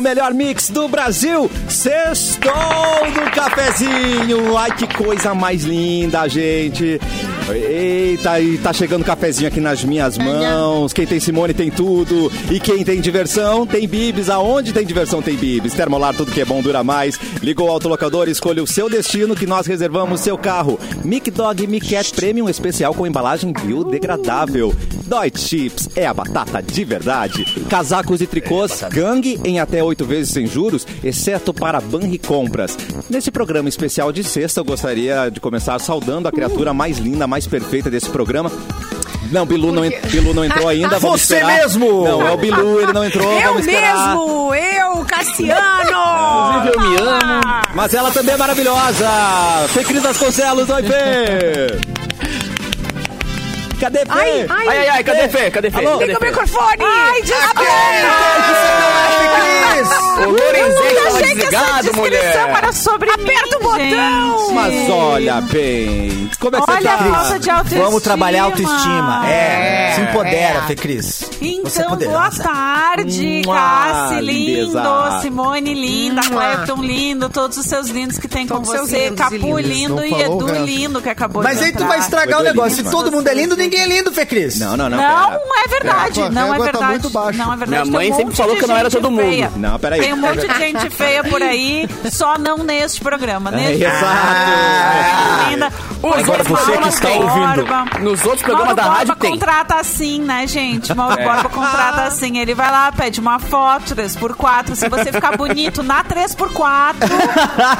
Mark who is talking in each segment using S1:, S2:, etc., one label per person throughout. S1: melhor mix do Brasil, Sextou do Cafezinho. Ai, que coisa mais linda, gente. Eita, e tá chegando cafezinho aqui nas minhas mãos. Quem tem Simone tem tudo. E quem tem diversão tem bibis. Aonde tem diversão tem bibis. Termolar, tudo que é bom dura mais. Ligou o autolocador, escolha o seu destino que nós reservamos seu carro. Mic Dog Mic Cat Premium especial com embalagem biodegradável. Dói Chips é a batata de verdade. Casacos e tricôs, gangue em até oito vezes sem juros, exceto para Banri Compras. Nesse programa especial de sexta, eu gostaria de começar saudando a criatura mais linda, mais perfeita desse programa. Não, Bilu não, en- Bilu não entrou ainda. vamos
S2: Você
S1: esperar.
S2: mesmo!
S1: Não, é o Bilu, ele não entrou.
S3: Ah, Eu
S1: vamos esperar.
S3: mesmo, eu, Cassiano!
S4: Eu me amo.
S3: Ah!
S1: Mas ela também é maravilhosa! Fê Cris Vasconcelos, oi Fê! Cadê Fê?
S3: Ai, ai,
S4: Ai, ai, ai, cadê Fê? Cadê Fê?
S1: Alô?
S4: Cadê
S3: liga o
S4: Fê?
S3: microfone! Ai, desculpa!
S4: O
S1: tá
S4: Lorenzetti
S3: Eu
S4: tava
S3: achei que essa
S4: desligado,
S3: descrição
S4: mulher.
S3: era sobre Aperta o botão!
S1: Mas olha bem, como é que você
S3: Olha a
S1: tá?
S3: falta de autoestima.
S2: Vamos trabalhar a autoestima. É. Se empodera,
S5: é.
S2: Fê Cris. Você é
S4: tá-
S3: Então, boa
S2: poderosa.
S3: tarde,
S1: Mua,
S3: Cassi, lindo,
S1: lindeza.
S3: Simone, linda,
S5: Mua.
S3: Clepton, lindo, todos os seus lindos que tem
S5: Todos
S3: com
S5: seus
S3: você,
S5: lindos e
S3: Capu,
S5: lindas.
S3: lindo
S5: Não
S3: e
S5: falou o
S3: Edu,
S5: resto.
S3: lindo, que acabou
S2: Mas
S3: de
S2: aí tu
S3: entrar.
S2: vai estragar o
S1: Foi
S2: negócio.
S1: doido,
S2: Se todo mundo é lindo, ninguém é lindo, Fê Cris.
S1: Não, não, não.
S3: Não,
S1: pera.
S3: é verdade,
S5: Pera,
S3: não é
S5: régua tá
S3: verdade.
S5: muito baixa.
S3: Não é verdade.
S4: Minha
S3: tem
S4: mãe
S3: um
S4: sempre
S3: monte
S4: falou
S3: de
S4: que eu não era
S3: gente
S4: todo mundo.
S3: feia.
S1: Não, peraí.
S3: Tem um monte de gente feia por aí, só não neste programa. Neste
S1: É, Exato.
S3: programa, Ah, linda.
S4: Os
S3: Agora
S4: você que está ouvindo. Nos outros programas
S3: Mauro
S4: da
S3: Borba
S4: rádio tem. Ah.
S3: contrata assim, né, gente? Mauro Borba contrata assim. Ele vai lá, pede uma foto 3x4. Se você ficar bonito na 3x4,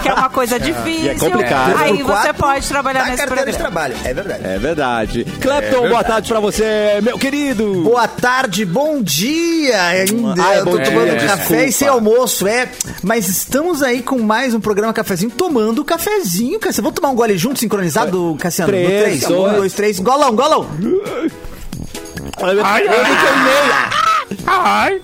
S3: que é uma coisa difícil,
S1: complicado.
S3: aí
S2: 4x4
S3: você pode trabalhar
S2: Dá
S3: nesse
S2: carteira de
S3: programa.
S2: trabalho. É verdade.
S1: É verdade. Clapton, boa tarde pra você, meu querido!
S2: Boa tarde, bom dia ainda.
S1: Ah, é
S2: Eu tô
S1: bom dia,
S2: tomando
S1: desculpa.
S2: café e sem almoço, é. Mas estamos aí com mais um programa Cafezinho, tomando cafezinho, Cassiano. Vamos tomar um gole junto, sincronizado, Cassiano? No
S1: Três,
S2: três.
S1: dois.
S2: Um, dois, três. Golão, golão.
S1: Ai, eu me queimei.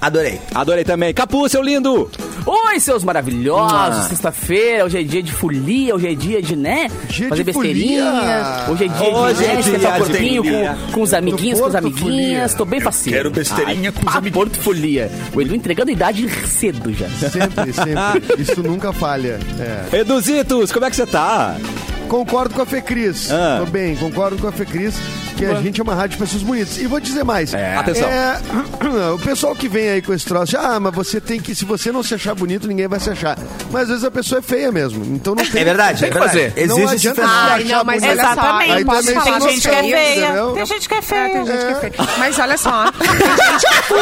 S2: Adorei.
S1: Adorei também. Capu, seu lindo!
S4: Oi, seus maravilhosos. Sexta-feira, hoje é dia de folia, hoje é dia de, né?
S5: Dia
S4: fazer
S5: de
S4: besteirinhas.
S5: folia.
S4: Hoje é dia
S1: Hoje
S4: de,
S1: é
S4: né,
S1: dia
S4: esquentar o
S1: de
S4: corpinho
S1: folia.
S4: com, com os amiguinhos, com os
S5: Porto
S4: amiguinhas.
S5: folia.
S4: Tô bem faceiro.
S6: quero besteirinha com os
S4: Ah,
S6: amiguinhos.
S4: Porto folia. O Edu entregando idade cedo já.
S5: Sempre, sempre. Isso nunca falha. É.
S1: Eduzitos, como é que você tá?
S5: Concordo com a Fê Cris.
S1: Ah.
S5: Tô bem, concordo com a Fê Cris que a gente é uma rádio de pessoas bonitas. E vou dizer mais.
S1: É. Atenção.
S5: É, o pessoal que vem aí com esse troço, ah, mas você tem que, se você não se achar bonito, ninguém vai se achar. Mas às vezes a pessoa é feia mesmo. Então não tem.
S2: É verdade,
S4: Tem
S2: é
S4: que
S2: verdade.
S4: fazer.
S2: Existe
S5: Não
S2: esse
S5: adianta
S2: fenômeno.
S5: achar
S7: Ai, não, mas
S5: bonito.
S7: olha só.
S5: Aí
S3: Exatamente.
S5: também
S3: Tem
S5: falar
S3: gente que é
S5: sobre isso,
S3: feia.
S5: entendeu?
S3: Tem gente que é
S7: Ah, tem
S3: feia.
S7: gente que fica- Mas olha só, tem gente que foi.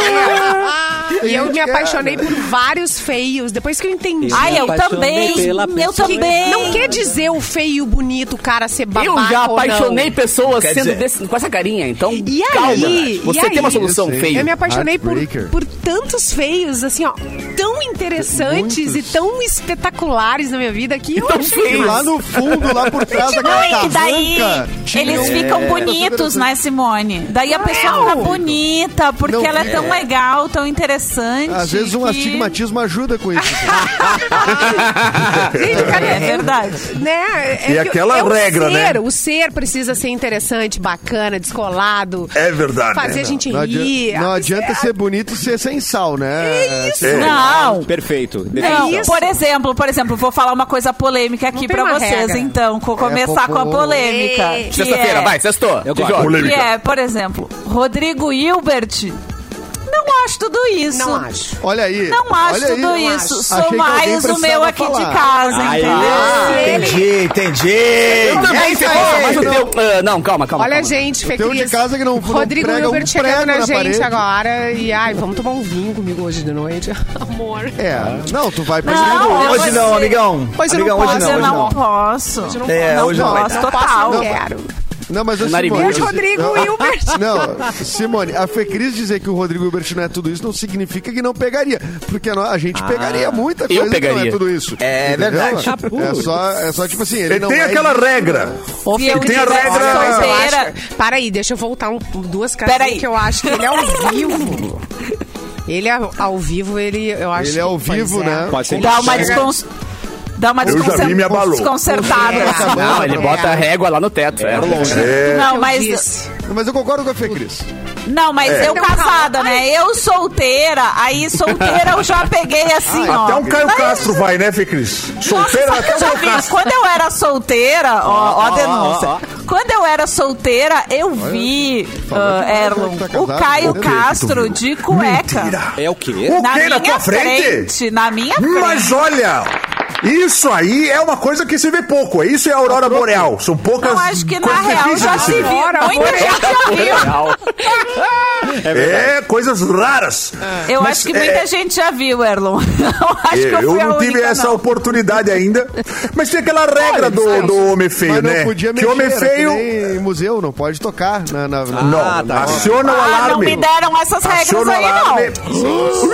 S7: E eu
S5: gente
S7: me
S5: que é,
S7: apaixonei
S5: né?
S7: por vários feios, depois que eu entendi.
S3: Ai, eu
S1: Me apaixonei
S3: também.
S1: pela
S3: Eu
S1: pessoa.
S3: também.
S7: Não quer dizer o feio, o bonito, o cara ser babaca
S4: Eu já
S7: ou não.
S4: apaixonei pessoas
S2: Quer
S4: sendo
S2: dizer-
S4: desse- com essa carinha, então
S7: E aí?
S4: calma.
S7: E
S4: Você
S7: aí?
S4: tem uma solução,
S5: Eu sei.
S4: feio.
S7: Eu me apaixonei por,
S5: Heartbreaker.
S7: por tantos feios, assim, ó, tão interessantes
S5: Muitos.
S7: e tão espetaculares na minha vida que eu
S4: Tão
S7: achei
S4: feios.
S5: Lá no fundo, lá por trás da
S3: Não, e
S5: casaca,
S3: daí
S5: um-
S3: eles
S5: É.
S3: ficam bonitos, né, Simone? Daí a pessoa fica bonita, porque
S5: Não,
S3: ela é tão legal, tão interessante.
S5: Às vezes um
S3: que-
S5: astigmatismo ajuda com isso.
S7: Gente, cara,
S3: É verdade.
S7: né? É
S6: E
S7: que
S6: aquela
S7: o
S6: regra,
S7: ser,
S6: né?
S7: O ser precisa ser interessante, bacana, descolado.
S6: É verdade.
S7: Fazer a gente
S5: Não
S7: rir.
S5: adianta, não adianta ser bonito e ser sem sal, né?
S7: isso.
S6: É.
S3: Não.
S1: Perfeito.
S3: Não,
S7: É isso.
S3: por exemplo, por exemplo, vou falar uma coisa polêmica aqui
S7: Não tem
S3: pra
S7: uma
S3: vocês,
S7: regra.
S3: então, vou começar com a
S5: popô.
S3: polêmica.
S7: Ei.
S3: que
S4: Sexta-feira,
S3: é-
S4: vai, sextou.
S1: Eu
S4: Te
S1: gosto.
S4: jogo.
S3: Que é, por exemplo, Rodrigo Hilbert. Não acho tudo isso.
S7: Não acho.
S5: Olha aí.
S3: Não acho
S5: olha aí.
S3: tudo isso.
S5: Achei
S3: Sou
S5: que alguém
S3: mais o meu
S5: precisava
S3: aqui
S5: falar.
S3: de casa,
S1: Aí.
S3: entendeu?
S2: Entendi, entendi.
S4: Eu
S1: É
S4: também, você gosta, mas o teu... ah, não, calma, calma.
S7: Olha,
S4: calma.
S7: gente, Fê
S5: teu de
S7: Cris,
S5: casa que não- não
S7: Rodrigo
S5: prega um
S7: Hilbert chegando
S5: prego
S7: na,
S5: na
S7: gente
S5: parede.
S7: agora. E ai, vamos tomar um vinho comigo hoje de noite. Amor.
S5: É. Não, tu vai pra
S3: Não,
S2: Hoje
S3: eu
S2: não,
S3: vou-
S2: amigão.
S7: Hoje eu não
S2: amigão, hoje
S7: posso,
S3: eu
S2: não,
S5: né,
S2: hoje
S3: não,
S2: não.
S3: posso.
S7: Hoje eu não
S2: É,
S7: posso.
S2: hoje
S3: não
S2: não vai
S3: posso,
S2: dar.
S3: total.
S7: Não quero.
S5: Não, mas eu
S4: Narigudo.
S5: Simone,
S4: Hoje
S5: eu-
S7: Rodrigo
S5: não,
S7: Hilbert.
S5: Não, Simone, a Fê Cris dizer que o Rodrigo Hilbert não é tudo isso não significa que não pegaria. Porque a no- a gente pegaria muita coisa que não é
S4: pegaria.
S5: tudo isso.
S2: É
S5: Entendeu?
S2: verdade.
S5: É só, é só tipo assim, ele,
S6: Ele
S5: não
S6: tem
S5: é
S6: aquela regra.
S7: Ô,
S3: Se eu
S6: tem a
S3: tivesse
S6: regra-
S7: Mas eu
S3: solteira,
S7: acho- Para aí, deixa eu voltar um- duas
S3: Pera aí.
S7: casinhas que eu acho que ele é ao vivo. Ele é ao vivo, ele eu acho
S5: Ele é ao
S7: que- pois
S5: vivo,
S7: é.
S5: né?
S1: Pode ser.
S3: dá uma,
S7: Chega.
S3: descon... dá uma
S6: Eu já vi,
S3: desconcer-
S6: me abalou.
S3: desconcertada.
S7: É.
S3: assim.
S4: Não, ele bota a régua lá no teto. É,
S1: longe.
S6: É.
S3: Não,
S7: Eu
S3: mas
S7: disse.
S5: Mas eu concordo com a Fê Cris.
S3: Não, mas
S6: É.
S3: eu
S7: Então,
S3: casada,
S7: calma.
S3: né? Eu solteira, aí solteira eu já peguei assim, ó.
S6: Até um Caio
S3: Mas-
S6: Castro vai, né, Fê Cris?
S3: Nossa,
S6: Solteira
S3: sabe
S6: até
S3: que
S6: o
S3: eu já
S6: Caio
S3: vi?
S6: Castro.
S3: Quando eu era solteira, ó, ó a denúncia.
S1: ó, ó.
S3: Quando eu era solteira, eu vi, ah,
S5: demais,
S3: Erlon,
S5: tá casado,
S3: o Caio
S5: né?
S3: Castro de cueca.
S1: É o quê?
S6: O
S3: Na
S6: quê? Na
S3: minha
S6: tua frente?
S3: Na minha frente. é
S6: Mas olha, isso aí é uma coisa que se vê pouco. Isso é a aurora boreal. São poucas
S3: Então, Eu acho que na
S6: coisas
S3: real
S6: difíceis
S3: já
S6: de
S3: se
S6: ver.
S3: viu. Muita gente já viu.
S6: É, coisas raras.
S3: Eu
S6: Mas,
S3: acho que
S6: é,
S3: muita gente já viu, Erlon. Eu acho que eu
S6: eu
S3: fui a
S6: não tive
S3: única,
S6: essa
S3: não.
S6: oportunidade ainda. Mas tem aquela regra do, do homem feio,
S5: Mas não
S6: né?
S5: podia mexer,
S6: que homem
S5: era
S6: feio.
S5: que nem museu, não pode tocar na... na, na-
S6: Não,
S1: Ah, tá.
S6: aciona o
S3: Ah, não
S6: alarme.
S3: me deram essas regras
S6: aciona o
S3: aí,
S6: alarme.
S3: não.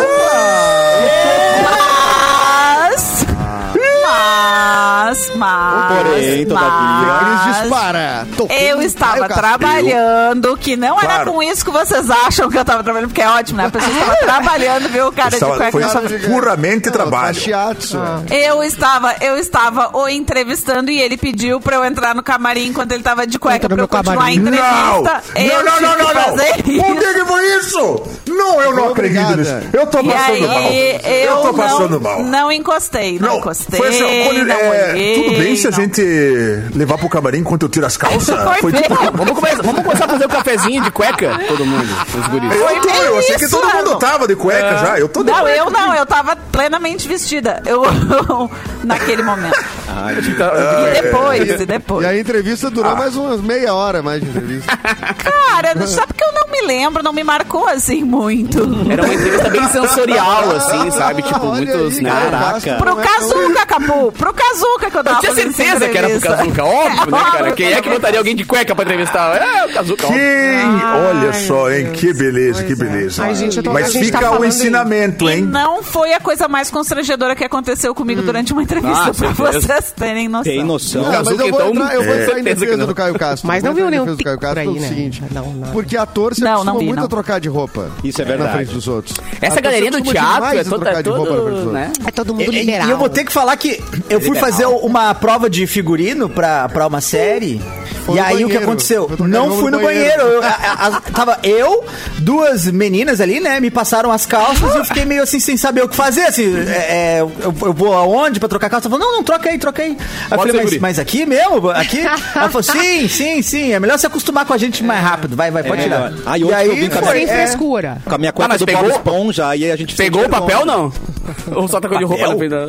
S3: Mas. Mas.
S6: Um
S3: Mas.
S1: Porém, todavia.
S5: Eles
S3: mas
S5: dispara. Tocou
S3: eu
S5: no
S3: estava
S5: Caio Castro.
S3: trabalhando, que não era
S6: Claro.
S3: com isso que vocês acham que eu estava trabalhando, porque é ótimo, né? A pessoa estava trabalhando, viu? O cara de
S6: Estava-
S3: cueca
S6: foi
S3: na sua
S6: puramente
S5: Não,
S6: trabalho.
S5: tá shiatsu.
S3: Eu estava, eu estava o entrevistando e ele pediu pra eu entrar no camarim quando ele tava de cueca
S7: Entra no
S3: pra eu continuar a
S7: camarim.
S6: Não!
S3: entrevista.
S6: Não,
S3: Eu
S6: não, não,
S3: tive
S6: não,
S3: que
S6: não!
S3: fazer
S6: Onde é que foi isso? Não, eu não acredito
S5: Obrigada.
S6: nisso. Eu tô
S3: E
S6: passando mal.
S3: aí, eu,
S6: tô
S3: não,
S6: passando mal.
S3: não encostei, não, encostei.
S6: foi assim, ó, quando-
S3: não
S6: é,
S3: olhei,
S6: tudo bem se a
S3: não.
S6: gente levar pro camarim enquanto eu tiro as calças? tipo,
S3: Foi bem.
S4: Vamos começar, vamos começar a fazer um cafezinho de cueca? Todo mundo, os guris.
S6: Eu tô,
S3: bem
S6: eu achei que
S3: isso,
S6: todo mundo
S3: Arlon.
S6: tava de cueca já. Eu tô de
S3: Não,
S6: cueca.
S3: eu não, eu tava plenamente vestida. Eu naquele momento. e depois, e depois.
S5: E a entrevista durou mais umas meia hora, mais de entrevista.
S3: Cara, sabe que eu não me lembro, não me marcou assim muito.
S4: Era um- uma entrevista tá bem sensorial, assim, sabe? Tipo,
S5: Olha
S4: muitos.
S5: aí, Caio Castro
S3: Pro
S5: não é tão-
S3: Kazuca, Capu! Pro Kazuca que eu
S4: Eu
S3: tava
S4: tinha
S3: fazendo essa
S4: certeza que era pro
S3: entrevista.
S4: Kazuca, óbvio, né, cara?
S3: Óbvio,
S4: Quem é que botaria alguém de cueca pra entrevistar? É, o Kazuca.
S6: Que,
S4: óbvio.
S6: olha
S7: Ai,
S6: só,
S7: meu
S6: hein?
S7: Deus.
S6: Que beleza, que
S7: Pois é.
S6: beleza.
S7: Ai, gente, eu tô- a
S6: Mas
S7: gente
S6: fica
S7: tá falando
S6: o
S7: isso.
S6: ensinamento,
S3: E
S6: hein?
S3: não foi a coisa mais constrangedora que aconteceu comigo durante uma entrevista,
S4: Ah,
S3: pra
S4: certeza.
S3: vocês terem noção.
S1: Tem noção.
S5: Não, mas
S4: Kazuca,
S5: eu vou
S4: então,
S5: entrar, eu vou
S4: é.
S5: entrar em
S4: certeza que
S5: defesa
S4: não.
S5: do Caio Castro.
S7: Mas não
S5: Vou entrar
S7: viu
S5: em defesa
S7: nenhum
S5: do Caio
S7: tico
S5: Castro
S7: por aí,
S5: pelo
S7: né?
S5: seguinte,
S7: Não, nada.
S5: porque ator se
S3: Não, não
S5: acostuma
S3: vi,
S5: muito
S3: não.
S5: a trocar de roupa.
S1: Isso é
S5: Na
S1: verdade.
S5: frente dos outros.
S4: Essa
S5: Ator
S4: galeria do
S5: se acostuma
S4: teatro
S5: demais
S4: é
S5: a
S4: toda.
S5: trocar
S4: É
S5: de roupa na frente dos
S4: todo,
S5: outros.
S4: né?
S7: É todo
S2: E,
S7: mundo
S2: e-
S7: liberal.
S2: e eu vou ter que falar que eu fui fazer uma prova de figurino pra, pra uma série.
S5: Foi
S2: e
S5: no
S2: aí o que
S5: banheiro.
S2: aconteceu?
S5: Foi trocar
S2: Não
S5: roupa
S2: fui
S5: no
S2: no banheiro. Eu- a- a- tava eu, duas meninas ali, né? Me passaram as calças e eu fiquei meio assim, sem saber o que fazer. Assim, é, é, eu, eu vou aonde pra trocar calça? Ela falou, não, não, troca aí, troca aí. Aí eu
S4: Pode
S2: falei,
S4: ser,
S2: mas,
S4: guri."
S2: mas aqui mesmo? Aqui? Ela falou, sim, sim, sim. É melhor se acostumar com a gente mais rápido. Vai, vai, pode tirar.
S1: melhor. Aí ontem eu vim com a minha-
S7: Sem
S2: é,
S7: frescura.
S1: Com a minha
S4: Ah,
S1: cueca
S4: mas
S1: do
S4: pegou?
S1: Bob Esponja, aí a gente... sente
S4: Pegou o
S1: vergonha.
S4: papel, não? Ou só trocou de roupa na frente da...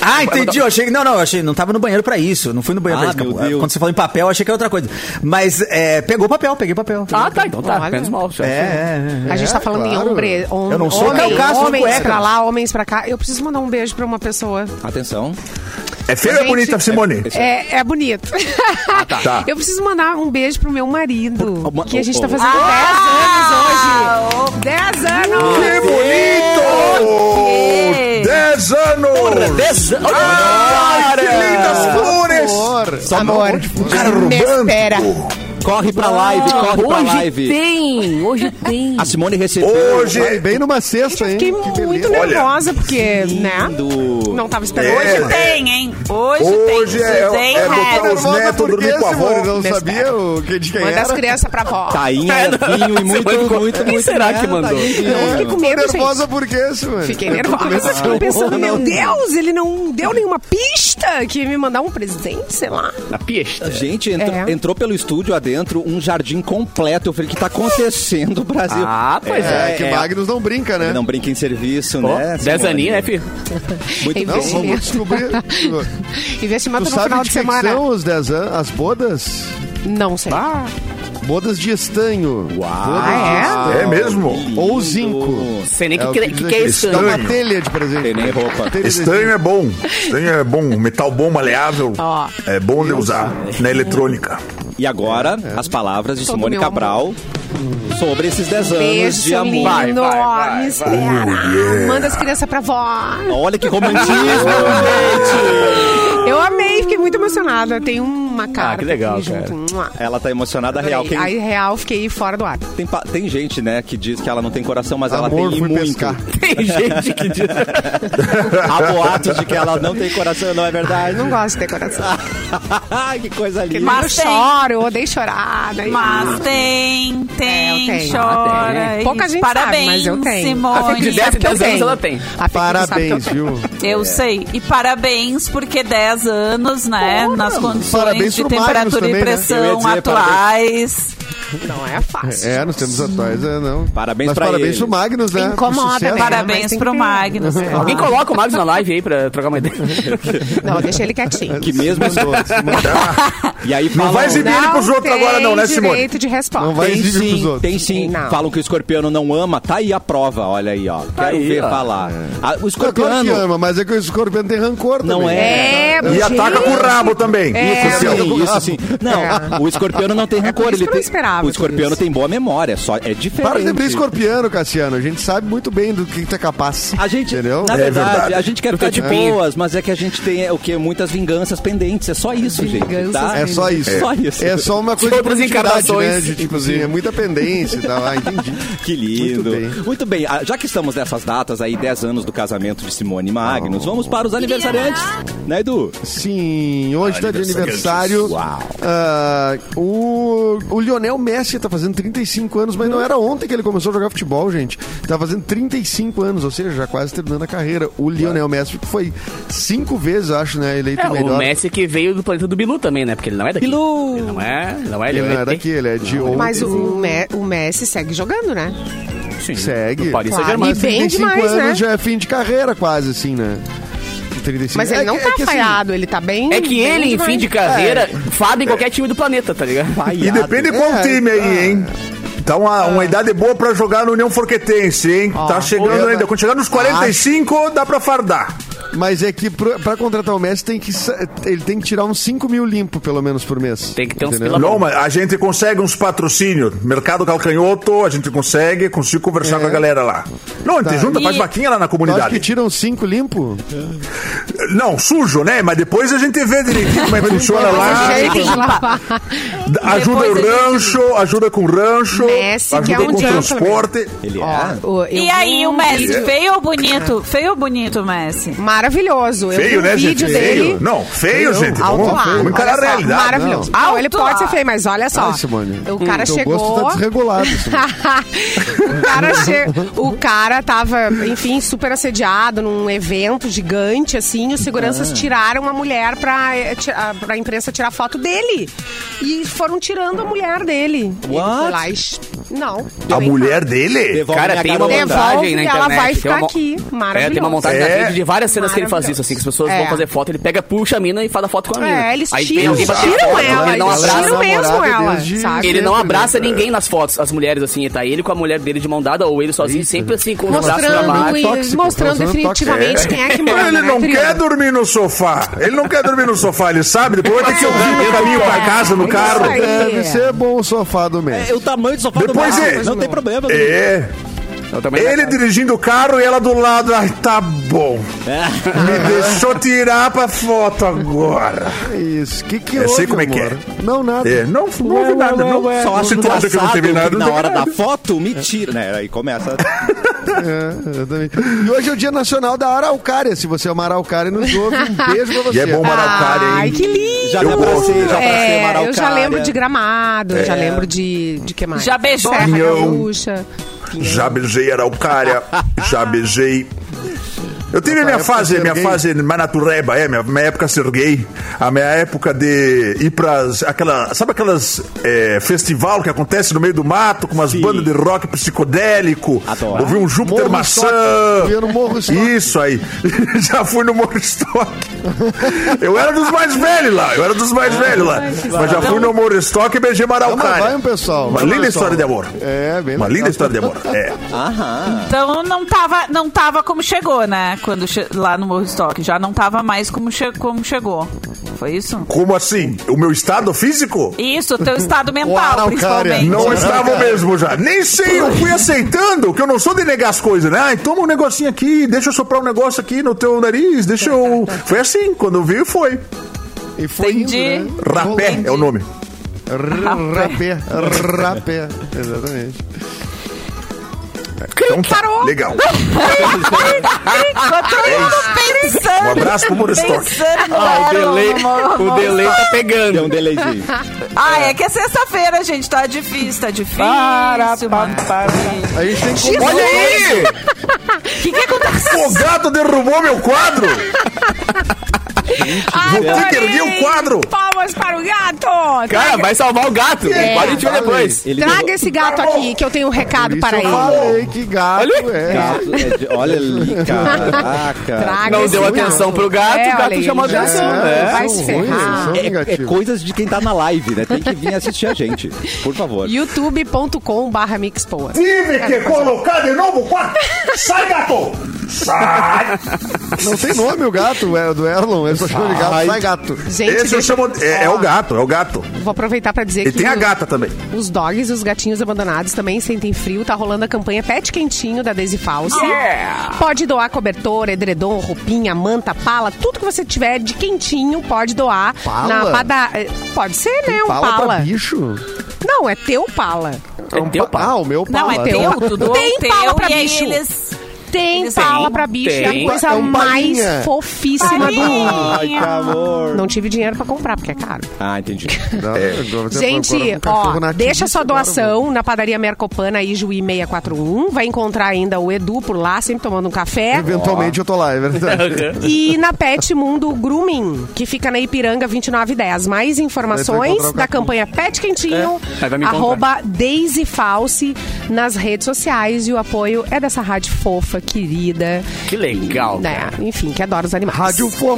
S2: Ah, entendi. Eu achei, não, não, eu achei, não tava no banheiro pra isso. Não fui no banheiro
S1: Ah,
S2: pra isso.
S1: meu
S2: Capu.
S1: Deus.
S2: Quando você falou em papel, eu achei que era outra coisa. Mas é, pegou papel, peguei papel.
S4: Ah, tá, então tá.
S7: Olha.
S4: Menos mal, chefe.
S2: É, é, é.
S7: A gente tá falando em
S5: claro.
S7: hombre, hom
S2: Eu não sou
S7: homem,
S2: Caio Castro de
S7: homens
S2: cueca.
S7: pra lá, homens pra cá. Eu preciso mandar um beijo pra uma pessoa.
S1: Atenção.
S6: É feio ou é
S7: Gente,
S6: bonita, Simone?
S7: É, é bonito.
S6: Tá.
S7: Eu preciso mandar um beijo pro meu marido,
S1: Por-
S7: que a gente tá
S1: oh, oh.
S7: fazendo 10
S3: Ah,
S7: anos hoje. 10 anos!
S6: Que bonito! 10 anos! Ai, que lindas flores!
S5: Flores.
S1: Só
S7: Amor,
S6: Cara,
S7: me espera.
S6: romântico!
S1: Corre pra live, corre pra
S4: Ah, Hoje
S1: live.
S4: tem, hoje tem.
S1: A Simone recebeu...
S6: Hoje...
S5: Vai bem numa cesta, hein?
S7: Fiquei
S5: Que
S7: muito
S5: beleza.
S7: nervosa, porque, né?
S1: Lindo.
S7: Não tava esperando.
S6: É.
S7: Hoje
S3: Tem, hein? Hoje,
S6: Hoje
S3: tem.
S6: é-
S3: Today
S6: é botar
S3: have.
S6: os netos
S5: Nervosa porque,
S6: dormir com a avó.
S5: Simone, não
S7: Me
S5: sabia o que de quem
S7: manda
S5: era.
S7: as crianças pra vó.
S1: Tá.
S4: É,
S1: Tainha, vinho e muito, muito, muito.
S4: Quem será que mandou?
S7: Eu fiquei com
S5: Ficou
S7: medo,
S5: nervosa porque, Simone.
S7: Fiquei
S5: Eu tô
S7: nervosa,
S5: começando-
S7: fiquei pensando, meu
S1: Não.
S7: Deus, ele não deu nenhuma pista que ia me mandar um presente, sei lá.
S4: Na pista.
S1: Gente, entrou,
S7: É.
S1: entrou pelo estúdio adentro um jardim completo. Eu falei, o que tá acontecendo, Brasil?
S4: Ah, pois
S5: É,
S4: é.
S5: que Magnus não brinca, né?
S1: Não brinca em serviço,
S4: Ó,
S1: né?
S4: Dez
S1: Simone?
S4: aninhos, né, filho?
S1: Muito
S7: Não,
S5: Não,
S1: bem.
S5: vamos descobrir. Tipo,
S7: Investimento
S5: Tu
S7: no
S5: sabe
S7: Tá final
S5: de
S7: de
S5: que, que
S7: semana.
S5: são os 10 anos? As bodas?
S7: Não sei.
S5: Bodas de estanho. Uau!
S7: Ah,
S6: É mesmo?
S5: Ou zinco.
S4: Sei nem
S5: É
S4: que
S5: o
S4: que,
S5: diz
S4: que, que é
S5: aqui.
S4: isso.
S5: É uma
S6: Estanho.
S5: telha de presente.
S1: Tem nem roupa.
S5: Telha de
S6: Estanho é bom. Estanho é bom. Metal bom, maleável.
S7: Ó.
S6: É bom de usar na eletrônica.
S1: E agora, as palavras de
S7: Todo
S1: Simone
S7: meu
S1: Cabral sobre esses 10 anos
S7: Beijo,
S1: de
S7: seu
S1: amor.
S7: lindo.
S4: Vai, vai, vai, vai.
S7: me espera.
S5: é.
S7: Manda as crianças pra vó.
S1: Olha que romantismo, gente!
S7: Eu amei, fiquei muito emocionada. Tem uma cara.
S1: Ah, que
S7: pra
S1: legal,
S7: ir
S1: cara.
S7: junto. Mua.
S1: Ela tá emocionada real.
S7: Adorei.
S1: Quem-
S7: Aí, real, fiquei fora do ar.
S1: tem, pa- tem gente, né, que diz que ela não tem coração, mas ela
S5: Amor,
S1: tem e
S5: fui
S1: muito.
S5: pescar.
S4: Tem gente que diz.
S1: Há boatos de que ela não tem coração, não é verdade?
S7: Não gosto de ter coração.
S1: Ai, que coisa linda.
S3: Mas
S7: eu
S3: tem.
S7: choro, eu odeio chorar. né? Daí...
S3: Mas tem, tem,
S7: É, eu tenho.
S3: chora.
S4: Ah,
S7: tem. Pouca gente sabe,
S3: Parabéns,
S7: mas eu tenho.
S4: A
S3: Simone.
S4: de 10 em 10 anos ela tem.
S7: A Fifi sabe que eu
S5: Parabéns,
S7: tenho.
S5: viu?
S3: Eu sei. E parabéns, porque 10 anos, né? nas condições
S5: Parabéns
S3: de
S5: pro Magnus
S3: temperatura
S5: também, né?
S3: e
S1: Eu ia
S3: pressão
S1: dizer,
S3: atuais.
S7: Não é fácil.
S5: É, nos tempos atuais, é, não.
S1: Parabéns
S5: Mas
S1: pra
S5: parabéns
S1: ele.
S5: pro Magnus, né? Pro
S7: Incomoda,
S5: sucesso.
S7: né? Mas
S3: Parabéns
S7: tem
S3: pro
S7: que- É.
S3: Magnus.
S4: Alguém coloca o Magnus na live aí pra trocar uma ideia.
S7: Não, deixa ele quietinho.
S1: Que mesmo.
S5: Mandou, se né? mandou.
S1: E aí falam, né,
S6: Não vai exibir ele pros outros
S7: tem
S6: agora, não, né, Simone?
S7: direito de resposta.
S5: Não vai
S1: Tem
S5: exibir pros
S1: sim,
S5: outros.
S1: tem sim.
S7: Não.
S1: Falam que o escorpiano não ama, tá aí a prova, olha aí, ó. Quero
S4: aí,
S1: ver
S4: ó.
S1: falar. Ah, o
S5: Não, É. claro que
S1: escorpiano
S5: ama, mas é que o escorpião tem rancor
S1: Não
S5: também.
S1: é.
S7: É,
S6: E ataca com o rabo também.
S7: É,
S1: Isso
S5: amigo.
S1: sim, isso sim. Não,
S7: É.
S1: o escorpiano não tem rancor.
S7: isso
S1: Ele
S7: que eu não
S1: tem,
S7: esperava
S1: o escorpiano
S7: tudo isso.
S1: tem boa memória, só é diferente.
S5: Para de abrir escorpião, Cassiano. A gente sabe muito bem do que tu é capaz.
S1: A gente,
S5: Entendeu?
S1: na
S5: É,
S1: verdade,
S6: verdade.
S1: a gente quer ficar de
S4: tipinho.
S1: boas, mas é que a gente tem é, o que muitas vinganças pendentes. É só isso, gente. Tá?
S5: É só isso.
S1: Só isso.
S5: É só uma coisa
S4: Sobre as
S5: produtividade,
S4: encarnações.
S5: né? De, tipo assim, é muita pendência e tal. Ah, entendi.
S1: Que lindo.
S5: Muito bem.
S1: Muito bem, ah, já que estamos nessas datas aí, 10 anos do casamento de Simone e Magnus, vamos para os aniversariantes, né, Edu?
S5: Sim, hoje está de aniversário.
S1: Uau.
S5: Ah, o, o Lionel Messi tá fazendo 35 anos, mas não era ontem que ele começou a jogar futebol, gente. Tá fazendo 35 anos, ou seja, já quase terminando a carreira. O Lionel Messi foi cinco vezes, acho, né, eleito
S4: É,
S5: melhor.
S4: o Messi que veio do planeta do Bilu também, né? Porque ele não é daqui.
S1: Bilu!
S4: Ele não é, não é.
S5: Ele não
S4: é
S5: é daqui, ele é de ontem.
S7: Mas o, Me- o Messi segue jogando, né?
S4: Sim,
S5: Segue.
S4: do Paris
S7: Claro.
S4: Saint-Germain.
S7: E bem demais,
S5: anos
S7: né?
S5: já é fim de carreira, quase, assim, né? 35.
S7: Mas
S5: É
S7: ele não
S5: que-
S7: tá
S5: é que, assim,
S7: falhado, ele tá bem.
S4: É que
S7: bem
S4: ele, em
S7: demais.
S4: fim de carreira, fada em qualquer time do planeta, tá ligado?
S6: E depende qual
S5: É,
S6: time aí, hein? Tá uma, uma idade boa pra jogar no União Forquetense, hein? tá chegando
S5: eu-
S6: ainda. Quando chegar nos
S5: ah.
S6: 45, dá pra fardar.
S5: Mas é que pro- pra contratar o Messi tem que sa- ele tem que tirar uns 5 mil limpo, pelo menos, por mês.
S4: Tem que ter uns
S5: Entendeu?
S4: Tá pila- bom.
S6: não, mas a gente consegue uns patrocínios. Mercado Calcanhoto, a gente consegue. Consigo conversar com a galera lá. Não, a gente junta, faz
S3: E-
S6: vaquinha lá na
S5: Tu acha
S6: comunidade.
S5: É. Tá. que tiram 5 limpo?
S6: Não, sujo, né? Mas depois a gente vê direitinho como é que funciona lá.
S7: Mas ele tem que lavar.
S6: Ajuda
S3: Depois a
S6: o
S3: gente-
S6: rancho, ajuda com o rancho,
S7: Messi, que
S6: ajuda
S7: é um
S6: com o
S7: gentleman.
S6: transporte.
S1: Ele é.
S7: Ó, eu
S3: E
S7: vi
S3: aí, o
S7: um
S3: Messi,
S7: vídeo
S3: feio ou bonito? Feio ou bonito, Messi?
S7: Maravilhoso. Eu vi
S6: Feio,
S7: um
S6: né, gente?
S7: vídeo dele.
S6: Feio. Não, feio, gente.
S7: Alto
S6: Vamos,
S7: lá.
S6: vamos encarar a
S7: Olha só,
S6: realidade.
S7: Maravilhoso.
S3: Não.
S7: Não, ele
S3: Alto
S7: pode
S3: lá.
S7: ser feio, mas olha só.
S5: Ai, Simone.
S7: O cara
S5: Teu
S7: chegou.
S5: gosto tá desregulado. Simone.
S7: o, cara che... o cara tava, enfim, super assediado num evento gigante, assim. Os seguranças tiraram a mulher pra, eh, ti- ah, pra imprensa tirar foto dele. E foram tirando a mulher dele. Ele
S1: What?
S7: foi lá e ch- Não.
S6: A
S7: Deu em
S6: mulher dele?
S1: Devolve
S4: Cara,
S1: minha
S4: tem uma
S1: garota.
S7: Devolve
S4: montagem na
S7: que ela
S4: internet.
S7: vai
S4: tem
S7: ficar
S4: uma mo-
S7: aqui.
S4: É, tem uma
S7: Maravilhoso.
S4: montagem na
S6: É.
S4: rede de várias cenas que ele faz isso, assim, que as pessoas
S7: É.
S4: vão fazer foto, ele pega, puxa a mina e faz a foto com ela.
S7: É, eles
S4: Aí um vem
S7: tiram,
S4: alguém pra tirar
S7: tiram
S4: foto,
S7: ela,
S4: ele não
S7: eles
S4: abraça.
S7: tiram mesmo
S5: namorada
S7: ela,
S5: desde
S7: sabe?
S4: Ele não um
S5: sempre,
S4: abraça
S5: né?
S4: ninguém nas fotos, as mulheres assim, tá ele com a mulher dele de mão dada, ou ele sozinho, sempre assim, com os braços pra
S7: Mostrando,
S4: baixo.
S7: e-
S5: Tóxico,
S7: mostrando
S5: relacionamento
S7: definitivamente quem é que manda.
S6: Ele
S7: né,
S6: não
S7: querido?
S6: quer dormir no sofá. Ele não quer dormir no sofá, ele sabe. Depois vai ter que ouvir no caminho pra casa, no carro.
S7: Isso aí.
S5: Deve ser É, bom o sofá do Messi.
S1: É o tamanho do sofá
S6: Depois
S1: do
S6: é-
S1: Não tem problema. Edu.
S6: É.
S4: Eu também-
S6: Ele dirigindo o carro e ela do lado. Ai, tá bom.
S1: É.
S6: Me deixou tirar pra foto agora.
S5: É Isso. Que que
S6: Eu sei
S5: houve,
S6: como é que
S5: amor?
S6: é.
S5: Não, nada.
S6: É, não, não houve nada. Não,
S1: Só acho
S6: se tu acha É, que não teve nada,
S1: engraçado que na
S6: não
S1: hora
S6: teve
S1: da
S6: nada.
S1: foto, mentira, né? Aí começa.
S5: É, exatamente. E hoje é o Dia Nacional da Araucária. Se você é uma araucária, nos ouve. Um beijo pra você.
S6: E é bom uma araucária,
S7: Ai,
S6: hein?
S7: que lindo!
S1: Já me
S6: Eu
S1: abracei,
S6: gosto.
S1: já abracei
S7: É,
S1: Maraucária.
S7: eu já lembro de Gramado, já lembro de, de que mais?
S3: Já beijou?
S7: Serra
S6: Pinhão.
S7: Gaúcha.
S6: Já beijei araucária, já beijei. Eu tive minha
S5: época
S6: fase,
S5: ser
S6: minha
S5: gay.
S6: fase manatureba, é, minha, minha época ser gay, a minha época de ir pras, aquela, sabe aquelas é, festival que acontece no meio do mato, com umas bandas de rock psicodélico,
S1: Adoro.
S6: ouvi um Júpiter
S5: Ah, Morro
S6: Maçã,
S5: Stock. Eu ia no Morro Stock.
S6: isso aí, já fui no Morro Stock, eu era dos mais velhos lá, eu era dos mais velhos lá, mas já fui no Morro Stock e beijei uma
S5: Então, mas
S6: araucária.
S5: vai um pessoal.
S6: Uma
S5: vai um
S6: linda
S5: pessoal.
S6: história de amor.
S5: É, bem
S6: Uma
S5: legal.
S6: linda história de amor, é.
S3: Então não tava, não tava como chegou, né? Quando che- lá no Morro Stock. Já não tava mais como, che- como chegou. Foi isso?
S6: Como assim? O meu estado físico?
S3: Isso, teu estado mental,
S5: araucária.
S3: principalmente.
S6: Não estava mesmo já. Nem sei, eu fui aceitando, que eu não sou de negar as coisas, né? Ai, toma um negocinho aqui, deixa eu soprar um negócio aqui no teu nariz, deixa eu. Foi assim, quando eu vi, foi.
S5: E foi indo,
S3: Entendi.
S5: né?
S6: Rapé é o nome.
S5: Rapé. Rapé. Exatamente.
S6: Então tá, legal.
S7: Tá
S3: Enquanto eu tô
S4: É
S3: pensando.
S6: Um abraço pro Morro Stock.
S3: pensando
S4: Ah, o
S3: era
S4: delay,
S3: Morro-
S4: o delay tá
S1: Deu
S4: pegando.
S1: um delayzinho.
S3: Ah, é que é sexta-feira, gente. Tá difícil, tá difícil.
S4: Para,
S3: mano.
S5: A gente tem que...
S6: Olha aí!
S3: O que que aconteceu?
S6: O gato derrubou meu quadro! Vou ter que erguer o
S7: Adorei!
S6: quadro!
S7: Palmas para o gato!
S4: Cara, vai salvar o gato.
S6: É.
S4: Pode a gente ver depois.
S1: Ele
S7: Traga esse gato aqui, que eu tenho um recado para
S5: Isso eu
S7: ele.
S5: falei que gato
S4: Olha.
S5: é.
S1: Gato, é de- olha ali, caraca.
S7: Traga
S4: Não
S7: esse É,
S4: deu atenção pro gato, o gato
S7: olha aí,
S4: chamou
S7: já
S4: atenção,
S7: são-
S4: né?
S7: Vai
S5: É, São
S7: se
S5: ruins,
S7: ferrar.
S5: são-
S1: É, é coisas de quem tá na live, né? Tem que vir assistir a gente, por favor.
S7: youtube.com barra mixpoa.
S6: Tive que colocar de novo o quadro! Sai, gato! Sai!
S5: Não tem nome o gato, é do Erlon. Eu só chamo de gato.
S1: Sai.
S5: Sai, gato.
S7: Gente,
S6: Esse eu
S7: deixa-
S6: chamo. É, é o gato, é o gato.
S7: vou aproveitar pra dizer
S6: E
S7: Ah. que
S6: tem a
S7: o-
S6: gata também.
S7: os dogs e os gatinhos abandonados também sentem frio. Tá rolando a campanha Pet Quentinho da Desi Falso. Pode doar cobertor, edredom, roupinha, manta, pala, tudo que você tiver de quentinho pode doar.
S5: Pala?
S7: Na pada... eh, Pode ser, né? Um
S5: Fala pra
S7: pala.
S5: bicho.
S7: Não, é teu pala.
S4: É teu
S7: um
S4: pau.
S5: Ah, o meu pala.
S3: Não, é teu, tu doou
S7: Tem
S3: o teu
S7: pala pra
S3: e aí
S7: bicho.
S3: eles...
S7: Tem
S3: Eles
S7: pala
S3: têm,
S7: pra bicho. É
S4: têm.
S7: a coisa
S5: É um
S7: mais
S5: palinha.
S7: fofíssima do mundo.
S1: Ai, que amor.
S7: Não tive dinheiro pra comprar, porque é caro.
S1: Ah, entendi.
S5: Não, agora você
S7: Gente,
S5: procura um
S7: ó,
S5: cachorro na
S7: deixa
S5: ativista,
S7: sua
S5: agora,
S7: doação na padaria Mercopana aí, Juí 641. Vai encontrar ainda o Edu por lá, sempre tomando um café.
S5: Eventualmente eu tô lá, é verdade.
S7: E na Pet Mundo Grooming, que fica na Ipiranga 2910. Mais
S5: Vai
S7: informações
S5: encontrar o
S7: da
S5: Capu.
S7: campanha Pet Quentinho,
S4: É, aí vai me encontrar.
S7: arroba Daisy False nas redes sociais. E o apoio é dessa rádio fofa, querida,
S4: Que legal.
S7: né? Enfim, que adora os animais.
S5: Rádio Fofo.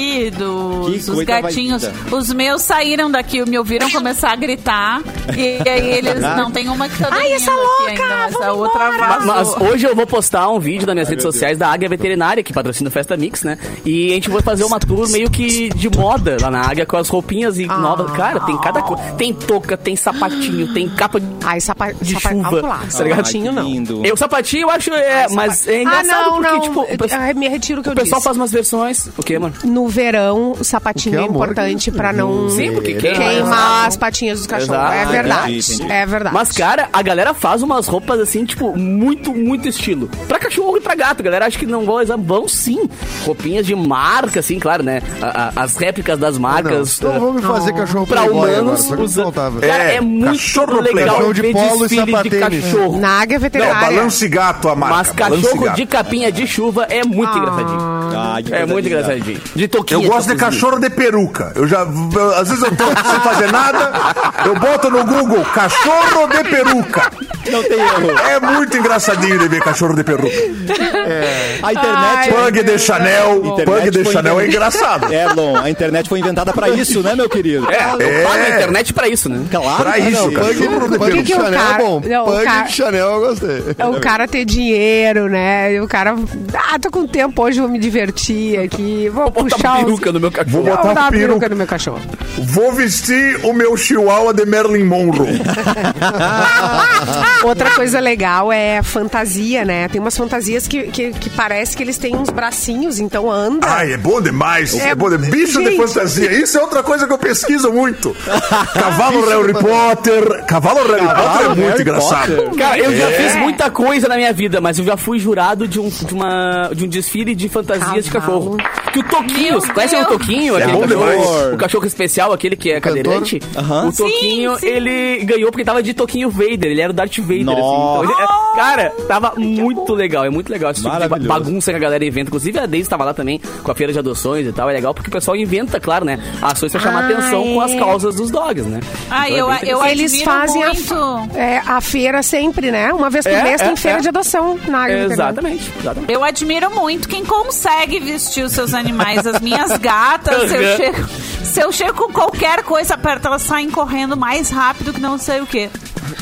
S3: Queridos,
S1: Que
S3: os
S1: coisa
S3: gatinhos.
S1: maldita.
S3: Os meus saíram daqui, me ouviram começar a gritar. E aí eles. Não, tem uma que tá
S7: Ai, essa
S3: dormindo aqui
S7: louca,
S3: Ainda, mas a
S7: vamos
S3: outra
S7: embora.
S3: vazou.
S4: Mas hoje eu vou postar um vídeo nas minhas redes sociais da Águia Veterinária, que patrocina o Festa Mix, né? E a gente vai fazer uma tour meio que de moda lá na Águia, com as roupinhas
S7: Ah.
S4: e novas. Cara, tem cada coisa. Tem touca, tem sapatinho, tem capa de...
S7: Ai, sapa,
S4: De
S7: sapa,
S4: chuva.
S7: alto Ah, lá,
S4: Tá ligado?
S7: sapatinho não.
S1: Lindo.
S4: Eu, sapatinho, eu acho... É, mas é
S7: Ah,
S4: engraçado
S7: não,
S4: porque,
S7: não.
S4: tipo... O pessoal-
S7: Ah, me retiro o que eu
S4: o pessoal
S7: disse.
S4: faz umas versões. O que, mano?
S7: no verão, o sapatinho
S5: Que
S7: é
S5: amor
S7: importante
S5: que-
S7: pra não
S4: Sim, porque quem-
S7: queimar as patinhas dos cachorros.
S4: Exato.
S7: É verdade.
S1: Entendi, entendi.
S7: É verdade.
S4: Mas, cara, a galera faz umas roupas assim, tipo, muito, muito estilo. Pra cachorro e pra gato, galera. Acho que não vão usar. Vão sim. Roupinhas de marca, assim, claro, né? A- a- as réplicas das marcas. ah,
S5: Ah, Não, não vamos fazer cachorro
S4: Pra
S5: playboy agora,
S4: humanos,
S5: só que não
S4: usa-
S5: faltava.
S4: Cara, é,
S6: É,
S4: muito
S6: cachorro
S4: legal
S5: playboy.
S4: ver
S5: De polo e
S4: desfile de
S5: sapatênis.
S4: cachorro.
S7: Na águia
S6: Não,
S7: veterinária.
S6: balance gato a marca.
S4: Mas
S6: balance
S4: cachorro
S6: gato.
S4: de capinha de chuva é muito engraçadinho.
S1: Ai, que
S4: É
S1: coisa
S4: muito
S1: linda.
S4: engraçadinho. De toquinha.
S6: Eu gosto de
S4: toquinha.
S6: cachorro de peruca. Eu já. eu- às vezes eu tô sem fazer nada, eu boto no Google cachorro de peruca.
S1: Não tem erro.
S6: É muito engraçadinho de ver cachorro de peruca.
S1: A internet...
S6: Pug de Chanel.
S1: Internet
S6: Pug de
S1: foi
S6: Chanel é
S1: inventada.
S6: engraçado.
S1: Erlon, a internet foi inventada pra isso, né, meu querido?
S4: É, eu
S6: É.
S4: pago a internet pra isso, né?
S1: Claro.
S6: Pra
S1: que
S6: isso,
S1: não.
S6: cara. Cachorro de
S5: Pug
S7: que
S5: de
S6: peruca.
S7: eu
S5: Chanel é
S7: cara-
S5: bom.
S7: Não, o
S5: Pug
S7: cara-
S5: de Chanel eu gostei.
S7: É o cara ter dinheiro, né? E O cara, ah, tô com tempo hoje, vou me divertir aqui. Vou,
S4: Vou botar
S7: puxar uns-
S4: peruca no meu cachorro.
S6: Vou botar
S7: Vou dar uma
S6: peru-
S7: peruca no meu cachorro.
S6: Vou vestir o meu chihuahua de Marilyn Monroe.
S7: Outra coisa legal é fantasia, né? Tem umas fantasias que, que, que parece que eles têm uns bracinhos, então anda.
S6: Ai, é bom demais. É,
S7: É-
S6: bom demais. Bicho de
S7: Gente.
S6: fantasia. Isso é outra coisa que eu pesquiso muito. Cavalo Harry Potter. Cavalo Harry Potter é muito
S1: Harry
S6: engraçado.
S1: Potter.
S4: Cara, eu já
S6: É.
S4: fiz muita coisa na minha vida, mas eu já fui jurado de um, de uma, de um desfile de fantasias de
S7: Cavalo.
S4: cachorro. Que o Toquinho,
S3: Meu
S4: vocês conhecem o
S3: Deus.
S4: Toquinho?
S6: É
S4: aquele
S6: bom
S4: cachorro,
S1: demais.
S4: o cachorro especial, aquele que é
S5: cantor?
S4: cadeirante.
S1: Aham.
S4: O Toquinho,
S3: Sim, sim.
S4: ele ganhou porque tava de Toquinho Vader. Ele era o Darth Vader,
S1: Nossa.
S4: assim. Então, ele-
S3: Ah!
S4: é- cara, tava muito legal. É muito legal esse tipo de ba-
S1: Maravilhoso.
S4: bagunça que a galera inventa. Inclusive, a Daisy tava lá também com a feira de adoções e tal. É legal porque o pessoal inventa, claro, né? Ações pra chamar
S7: Ah,
S4: atenção com as
S7: é.
S4: causas dos dogs, né?
S3: Ah,
S4: Então é
S3: eu-
S4: bem
S3: eu-
S7: Eles
S3: admiro
S7: fazem a,
S3: muito.
S7: é, a feira sempre, né? Uma vez por
S4: É,
S7: mês
S4: é,
S7: tem feira
S4: é.
S7: de adoção na
S3: tá
S7: área
S4: Exatamente, exatamente.
S3: Eu admiro muito quem consegue vestir os seus animais, as minhas gatas. se, eu
S4: Aham.
S3: chego, se eu chego com qualquer coisa perto, elas saem correndo mais rápido que não sei o quê.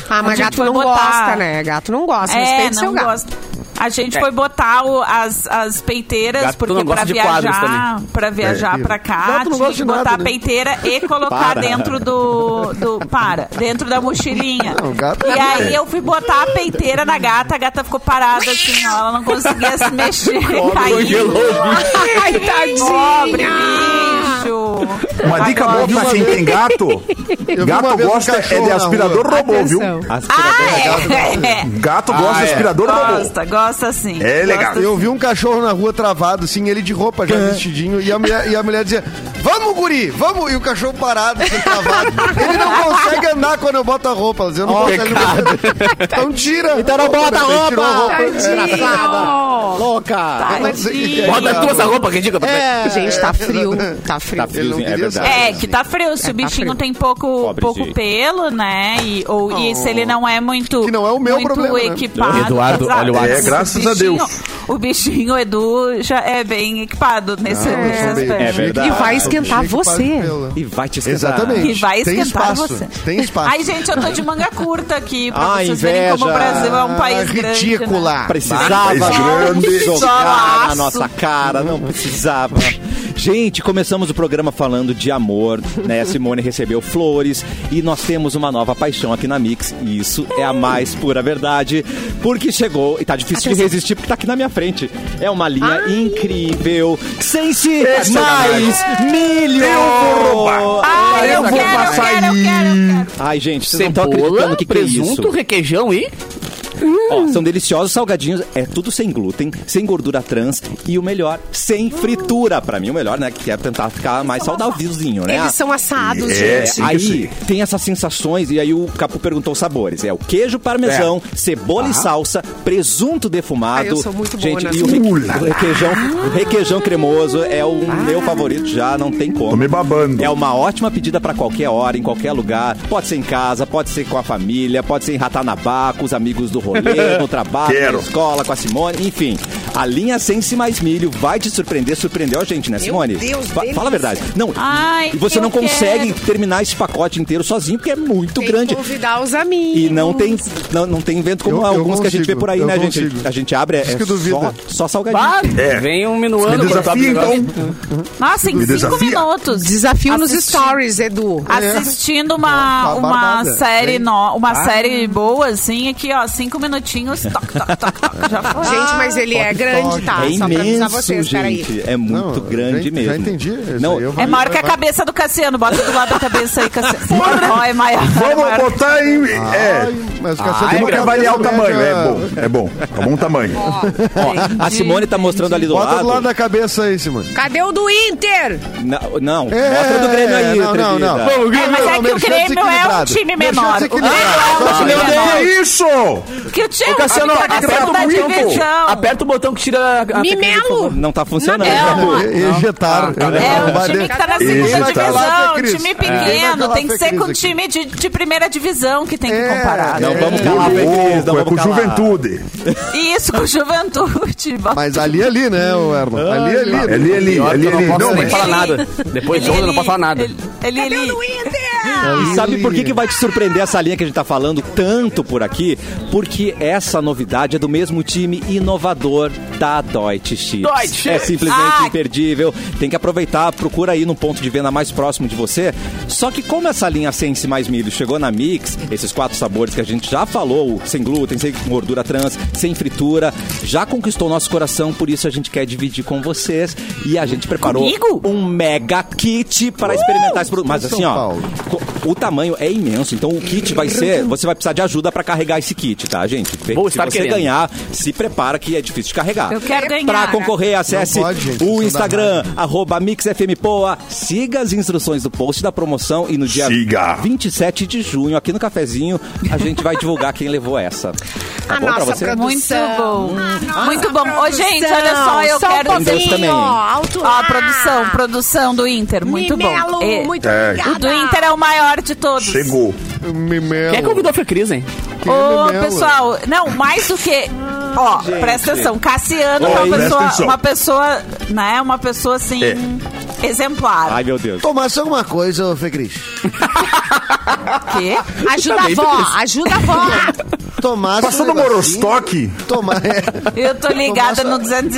S7: Ah, mas
S3: A gente
S7: gato
S3: foi
S7: não
S3: botar-
S7: gosta, né? Gato não gosta, respeita
S3: É,
S7: seu
S3: não
S7: gato.
S3: gosto. A gente foi botar o- as, as peiteiras,
S4: É. Gato
S3: porque
S4: não
S3: pra
S4: gosta de quadros
S3: viajar,
S4: também.
S3: pra viajar
S5: É.
S3: pra cá,
S5: Gato não
S3: tinha
S5: gosta
S3: que
S5: de nada,
S3: botar a
S5: né?
S3: peiteira e colocar
S1: Para.
S3: dentro do, do. Para, dentro da mochilinha.
S5: Não, gato
S3: e
S5: não é.
S3: aí eu fui botar a peiteira na gata, a gata ficou parada assim, ó, ela não conseguia se mexer. Caiu.
S7: Ai,
S3: Pobre
S7: tadinha.
S3: bicho.
S6: Uma dica
S3: Agora-
S6: boa pra quem tem gato.
S5: vi uma
S6: Gato
S5: vez um
S6: gosta é
S5: cachorro
S6: de
S5: na
S6: aspirador robô, viu?
S7: Atenção.
S3: Ah, é.
S6: Gato gosta de
S1: é.
S6: aspirador robô.
S3: Gosta, gosta sim.
S6: É legal. É.
S3: Gosta
S5: Eu vi um cachorro na rua travado, assim, ele de roupa já vestidinho, e a mulher, e a mulher dizia, vamos, guri, vamos! E o cachorro parado, assim, travado. Ele não consegue andar quando eu boto a roupa. Ela dizia, não consegue andar. Então tira.
S1: Então não bota a
S5: Ele tirou
S1: roupa.
S7: É, Tadinho.
S1: Louca!
S5: Eu não
S3: É
S5: sei-
S4: Bota a tua essa roupa ridícula.
S7: Gente, tá frio. Tá frio.
S1: Tá friozinho, é
S5: queria
S1: verdade.
S3: É, que tá frio. Se o bichinho
S7: frio.
S3: tem pouco,
S1: Pobre
S3: pouco
S1: de-
S3: pelo, né? E, ou,
S6: Oh.
S3: e se ele não é muito,
S5: Que não é o meu
S3: muito
S5: problema, né?
S3: equipado.
S4: Eduardo,
S3: exato.
S4: olha o WhatsApp.
S6: É, graças
S3: O
S6: a
S3: bichinho-
S6: Deus.
S3: O bichinho Edu já é bem equipado nesse, nesse
S5: Ah, Eu sou meio
S3: aspecto.
S1: É verdade.
S5: chique,
S1: E vai
S5: eu sou meio
S7: esquentar
S5: chique, quase
S7: você.
S5: pela.
S1: E vai te esquentar.
S5: Exatamente.
S3: Que vai
S5: Tem
S3: esquentar
S5: espaço,
S3: você.
S5: Tem espaço.
S3: Ai, gente, eu tô de manga curta aqui, pra
S1: Ah,
S3: vocês verem como o
S1: inveja.
S3: Brasil é um país grande. né?
S5: Ah, Ridícula.
S1: Precisava
S6: Mas grande.
S1: jogar na
S3: Solaço.
S1: nossa cara, não precisava. Gente, começamos o programa falando de amor, né? A Simone recebeu flores e nós temos uma nova paixão aqui na Mix. E isso é a mais pura verdade, porque chegou e tá difícil de resistir porque tá aqui na minha frente. É uma linha incrível, sem se mais milho.
S6: Eu vou roubar.
S3: Ai, eu,
S6: Eu vou
S3: quero,
S6: passar
S3: eu quero, eu quero, eu quero.
S1: Ai, gente, vocês não estão acreditando
S4: Cebola,
S1: o que, que é isso.
S4: presunto, requeijão e...
S1: Ó,
S7: Hum.
S1: são deliciosos salgadinhos, é tudo sem glúten, sem gordura trans e o melhor,
S7: Hum.
S1: sem fritura. Pra mim, o melhor, né? Que é tentar ficar mais saudávelzinho, né?
S7: Eles são assados, gente.
S6: É. assim que eu
S1: aí
S6: sei.
S1: tem essas sensações, e aí o Capu perguntou os sabores. É o queijo parmesão, cebola e salsa, presunto defumado.
S7: Ah, É. eu sou muito boa
S1: gente,
S7: nessa.
S1: e o, reque-
S6: Uh, lá,
S1: o requeijão, o requeijão cremoso é o
S7: Ah.
S1: meu favorito já, não tem como.
S6: Tô me babando.
S1: É uma ótima pedida pra qualquer hora, em qualquer lugar. Pode ser em casa, pode ser com a família, pode ser em Ratanabá, com os amigos do rolê, no trabalho,
S6: Quero.
S1: na escola, com a Simone, enfim. A linha Sense Mais Milho vai te surpreender. Surpreendeu a gente, né, Simone?
S7: Deus,
S1: Fa-
S7: delícia.
S1: Fala a verdade. Não,
S3: Ai,
S1: e você
S3: eu
S1: não consegue
S3: quero.
S1: terminar esse pacote inteiro sozinho, porque é muito
S7: Tem que
S1: grande.
S7: Convidar os amigos.
S1: E não tem, não, não tem vento como
S5: Eu- eu
S1: alguns que a gente vê
S5: consigo,
S1: por aí,
S5: eu
S1: né, gente?
S5: consigo.
S1: A gente abre, é
S5: Isso
S1: só,
S5: que duvida.
S1: só salgadinho.
S4: Pá,
S6: É.
S4: Vem um
S6: Me
S4: minuando. quando
S6: desafia,
S4: tá-
S6: então.
S3: Nossa, em
S6: Me
S3: cinco
S6: desafia.
S3: minutos.
S7: Desafio nos
S3: Assisti-
S7: stories, Edu.
S3: Ah. assistindo uma,
S5: É. Nossa, tá
S3: uma
S5: barbada.
S3: série
S5: Hein? Ah.
S3: no, uma série boa assim aqui ó cinco minutinhos toc, toc, toc, toc, já foi
S7: Gente, mas ele é
S1: é
S7: grande, tá? Só pra avisar
S1: imenso,
S7: vocês, peraí.
S1: gente. É muito
S5: Não,
S1: grande
S5: já- já
S1: mesmo.
S5: entendi. Isso
S1: Não,
S5: aí eu
S3: é
S5: vou-
S3: maior que a
S5: vai-
S3: cabeça do Cassiano bota do lado da cabeça aí Cassiano Ó, é maior, é
S6: Vamos
S3: maior.
S6: botar em.
S5: Ai,
S6: É.
S5: mas o
S6: Você
S5: cacete
S6: nunca
S5: nunca
S6: avaliar o
S5: mede
S6: tamanho.
S5: a-
S6: É bom. É bom. É bom o tamanho.
S1: Ó, a Simone tá mostrando ali do
S5: Bota
S1: lado.
S5: do lado da cabeça aí, Simone.
S7: Cadê o do Inter?
S1: Não, não
S5: É,
S1: mostra do Grêmio aí,
S5: não, não,
S1: atrevida.
S5: não.
S3: É, mas é que o Grêmio é um time menor. O Grêmio é um time
S4: Meu Deus.
S6: Que
S3: menor.
S6: isso?
S3: Que o time
S4: Cassiano,
S3: tá na
S4: aperta o
S3: segunda divisão.
S4: botão. Aperta o botão que tira a... a-
S7: Mimelo!
S1: Não tá funcionando.
S3: Na
S1: Capu.
S3: Não,
S5: Ejetar.
S3: É,
S5: Não
S3: o
S5: vai
S3: time
S5: de-
S3: que tá na
S6: Isso,
S3: segunda
S6: tá
S5: lá,
S3: divisão, um
S5: Fê Cris.
S3: time
S5: É. Vai
S3: pequeno,
S5: lá,
S3: tem que
S5: Fê
S3: ser
S5: Cris
S3: com
S5: aqui.
S3: time de, de primeira divisão que tem que
S5: É.
S3: comparar.
S1: Não, vamos calar, Fê Cris, não
S6: Louco, é
S1: vamos
S6: com
S1: calar.
S6: juventude.
S3: E isso com juventude. bota
S5: Mas ali, ali, né, o Erlon? Ali, ali. né?
S6: Ah, Ali, ali, ali, ali.
S4: Não,
S6: Não,
S4: não
S6: mas
S4: fala nada. Depois de ontem eu não posso falar nada.
S3: Ele, ele, ele-
S1: E sabe por que,
S5: Ali.
S1: que vai te surpreender essa linha que a gente tá falando tanto por aqui? Porque essa novidade é do mesmo time inovador da Deutsche Chips.
S4: Deutsche Chips.
S1: É simplesmente
S3: Ah.
S1: imperdível. Tem que aproveitar, procura aí no ponto de venda mais próximo de você. Só que como essa linha Sense mais milho chegou na Mix, esses quatro sabores que a gente já falou, o sem glúten, sem gordura trans, sem fritura, já conquistou nosso coração, por isso a gente quer dividir com vocês. E a gente preparou
S3: Comigo?
S1: um mega kit para experimentar esse produto. Mas
S5: Uh, São
S1: assim, ó,
S5: Paulo.
S1: Co- O tamanho é imenso, então o kit vai ser. Você vai precisar de ajuda pra carregar esse kit, tá, gente? Fe-
S4: Vou
S1: se
S4: estar
S1: você
S4: querendo.
S1: ganhar, se prepara que é difícil de carregar.
S3: Eu quero ganhar,
S1: Pra
S3: né?
S1: concorrer, acesse
S5: Não pode, gente, isso
S1: o
S5: dá
S1: Instagram, arroba MixFMPoa, siga as instruções do post da promoção e no dia
S6: Siga.
S1: 27 de junho, aqui no cafezinho, a gente vai divulgar quem levou essa. Tá
S7: A
S1: bom pra
S7: nossa
S1: você?
S7: produção.
S3: Muito bom.
S7: Nossa
S3: Muito bom. Ô, gente, olha só, eu
S7: Só
S3: quero.
S7: Um
S1: Tem Deus
S7: pouquinho,
S1: também.
S7: Alto
S3: Ó, a Ah, produção, produção do Inter. Muito bom. É,
S7: muito
S6: É.
S7: obrigada.
S3: o do Inter é o maior de todos.
S6: Chegou.
S5: Mimelo.
S4: Quem é convidou a Fê Cris, hein?
S5: Quem é
S3: Ô,
S5: Mimelo?
S3: pessoal, não, mais do que. Ó, presta atenção. Cassiano é
S6: Oi,
S3: uma
S6: presta
S3: pessoa,
S6: atenção.
S3: uma pessoa, né? Uma pessoa assim. Exemplar.
S1: Ai, meu Deus.
S5: Tomasse alguma coisa, ô, Fê Cris.
S3: Quê?
S7: Ajuda a vó, ajuda a vó.
S5: Tomasse
S6: Passou no
S5: um negocinho,
S6: Morostoque.
S5: Toma, é.
S3: Eu tô
S5: Tomasse
S3: ligada no
S5: uma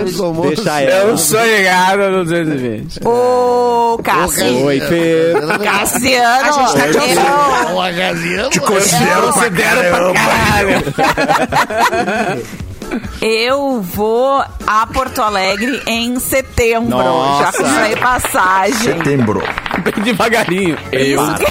S3: 220
S5: antes do
S3: hoje.
S5: almoço.
S1: Deixa
S6: É
S1: ela.
S4: sou ligado no 220.
S3: Ô, Cássio.
S1: Oi, Fê.
S3: Cassiano.
S7: A gente tá te ouvindo.
S3: Não.
S6: Te considero pra caramba.
S3: Eu vou a Porto Alegre em setembro. Já
S1: Nossa.
S3: comprei passagem.
S6: Setembro.
S4: Bem Um devagarinho.
S3: Isso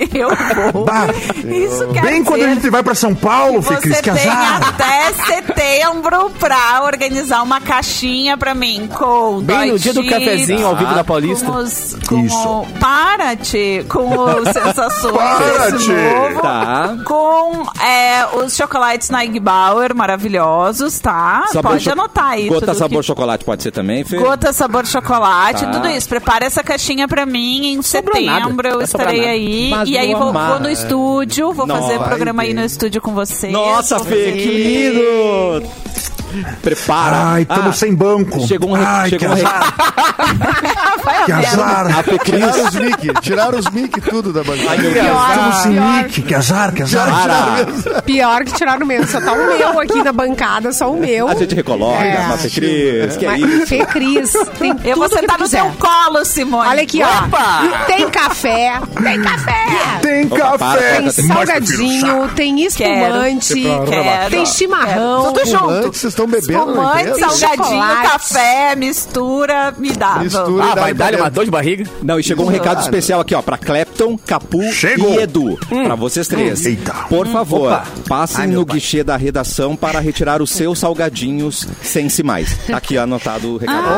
S3: que... eu vou.
S6: Bah,
S3: Isso é quer
S6: Bem quando a
S3: dizer
S6: gente vai pra São Paulo, Fê Cris,
S3: Você
S6: que
S3: tem
S6: azar.
S3: até setembro pra organizar uma caixinha pra mim com
S4: Bem no dia do cafezinho ao vivo da Paulista.
S3: Com os, com
S6: Isso.
S3: O, para te com o sensações
S6: Para,
S3: desse
S6: Tchê.
S3: novo,
S1: Tá.
S3: com é, os chocolates na Bauer maravilhosos, tá?
S1: Sabor
S3: Pode
S1: cho-
S3: anotar aí.
S1: Gota
S3: tudo
S1: sabor
S3: que...
S1: chocolate pode ser também, Fê?
S3: Gota sabor chocolate,
S1: Tá.
S3: tudo isso. Prepara essa caixinha pra mim. Em setembro
S4: nada.
S3: eu
S4: Vai sobrar
S3: estarei
S4: nada.
S3: aí.
S1: Mas
S3: e aí
S1: vou
S3: vou,
S1: amar.
S3: vou no estúdio, vou
S1: Não,
S3: fazer
S1: vai
S3: programa aí
S5: ter.
S3: no estúdio com vocês.
S1: Nossa,
S3: Vou
S1: Fê,
S3: fazer-
S1: que lindo! Prepara.
S6: Ai, estamos
S1: Ah,
S6: sem banco.
S1: Chegou um, re-
S6: Ai,
S1: chegou um
S6: que
S1: re-
S6: azar. Que
S1: A
S6: azar.
S1: Fê Cris.
S5: Tiraram os mic, tiraram os mic tudo da bancada.
S6: Estamos sem
S7: pior.
S6: nick. Que azar, que azar.
S1: Para.
S7: Pior que tiraram mesmo. Só tá o meu aqui na bancada, só o meu.
S1: A gente recoloca,
S7: É.
S1: mas Fê Cris, que é
S7: Mas,
S1: isso?
S7: Fê Cris, tem
S3: Eu vou
S7: tudo que
S3: sentar
S7: tu
S3: no
S7: quiser.
S3: seu colo, Simone.
S7: Olha aqui, ó. Tem café, tem café,
S6: Tem
S1: Opa, para,
S6: café.
S7: tem
S1: É, mais,
S7: salgadinho, tem espumante,
S3: Quero.
S7: tem chimarrão.
S3: Tudo junto.
S5: Espumante, vocês estão bebendo, não
S1: né?
S3: Espumante,
S5: entendo.
S3: salgadinho,
S7: Chocolate.
S3: café, mistura, me dá.
S5: Mistura.
S4: Ah, vai dar uma dor de barriga?
S1: Não, e chegou um recado especial aqui, ó, pra Clepton, Capu
S6: Chegou.
S1: e Edu. Pra vocês três.
S6: Eita.
S1: Por favor,
S4: Opa.
S1: passem
S4: Ai, meu
S1: no
S4: pai.
S1: guichê da redação para retirar os seus salgadinhos sem se mais. Tá aqui anotado o recado.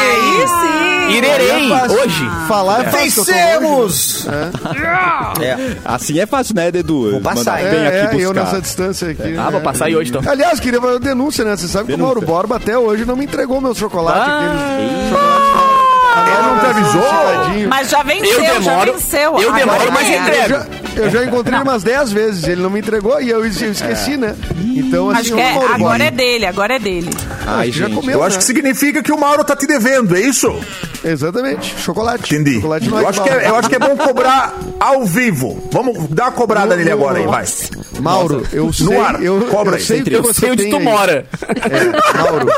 S7: Aí sim.
S4: Irerei, hoje.
S5: Falar é fácil, que eu tô longe, né?
S2: Vencemos!
S1: Assim é fácil, né, Edu?
S2: Vou passar.
S1: Mandar bem
S5: É,
S1: aqui
S5: é, eu
S1: buscar.
S5: nessa distância aqui. é.
S4: Ah, vou passar aí hoje então.
S5: Aliás, queria fazer uma denúncia, né? Você sabe que o Mauro Borba até hoje não me entregou meu chocolate. aqueles chocolates.
S6: Ele não te avisou?
S5: Salgadinho.
S3: Mas já venceu,
S4: Eu demoro-
S3: já venceu.
S4: eu demoro,
S3: Agora
S4: mas
S3: é.
S4: entrego.
S5: Eu já, eu já encontrei umas 10 vezes, ele não me entregou e eu, eu
S6: É.
S5: esqueci, né? Então, assim,
S3: Acho que
S5: o
S3: é-
S5: Mauro
S3: agora
S5: Borba-
S3: é dele, agora é dele.
S1: Ai,
S5: Já
S1: gente.
S5: comeu,
S6: Eu
S5: né?
S6: acho que significa que o Mauro tá te devendo, é isso?
S5: Exatamente. Chocolate.
S6: Entendi.
S5: Chocolate não
S6: Eu acho, que
S5: bala.
S6: é, eu acho que é bom cobrar ao vivo. Vamos dar uma cobrada nele agora aí, vai.
S5: Mauro, eu sei.
S6: ar.
S5: Eu,
S6: Cobra
S5: eu
S6: aí,
S5: sei
S6: sem
S5: o que
S4: Eu
S5: você
S4: sei onde
S5: tem
S4: tu
S5: aí.
S4: mora.
S5: É, Mauro,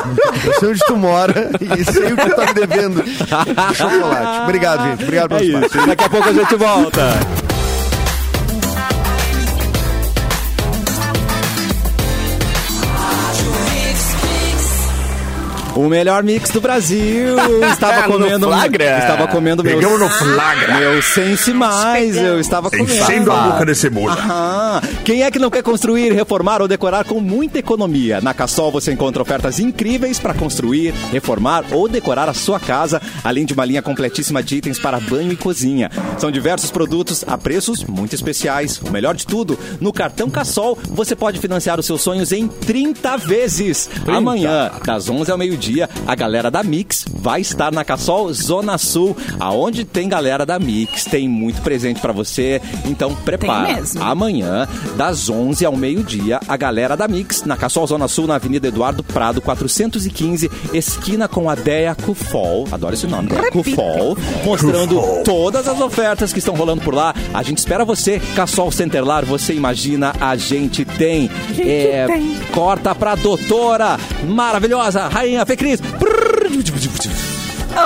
S5: eu sei onde tu mora e sei o que tu tá me devendo. Chocolate. Obrigado, gente. Obrigado
S1: É
S5: pelas palavras.
S1: isso. Daqui a pouco a gente volta. O melhor mix do Brasil. Estava
S4: No
S1: comendo
S4: flagra.
S1: Estava comendo meu
S6: Pegamos no flagra.
S1: Meu sense mais, eu estava comendo.
S6: Enchendo a boca de cebola.
S1: Ah, quem é que não quer construir, reformar ou decorar com muita economia? Na Cassol você encontra ofertas incríveis para construir, reformar ou decorar a sua casa, além de uma linha completíssima de itens para banho e cozinha. São diversos produtos a preços muito especiais. O melhor de tudo, no cartão Cassol você pode financiar os seus sonhos em 30 vezes. Amanhã, das 11 ao meio-dia, a galera da Mix vai estar na Cassol Zona Sul, aonde tem galera da Mix, tem muito presente para você. Então, prepara.
S3: mesmo.
S1: Amanhã, das 11 ao meio-dia, a galera da Mix, na Cassol Zona Sul, na Avenida Eduardo Prado, 415, esquina com a Deia Cufol. Adoro esse nome, Deia Cufol. Mostrando todas as ofertas que estão rolando por lá. A gente espera você. Cassol Centerlar, você imagina, a gente tem. é, Corta pra doutora maravilhosa, Rainha Fecris.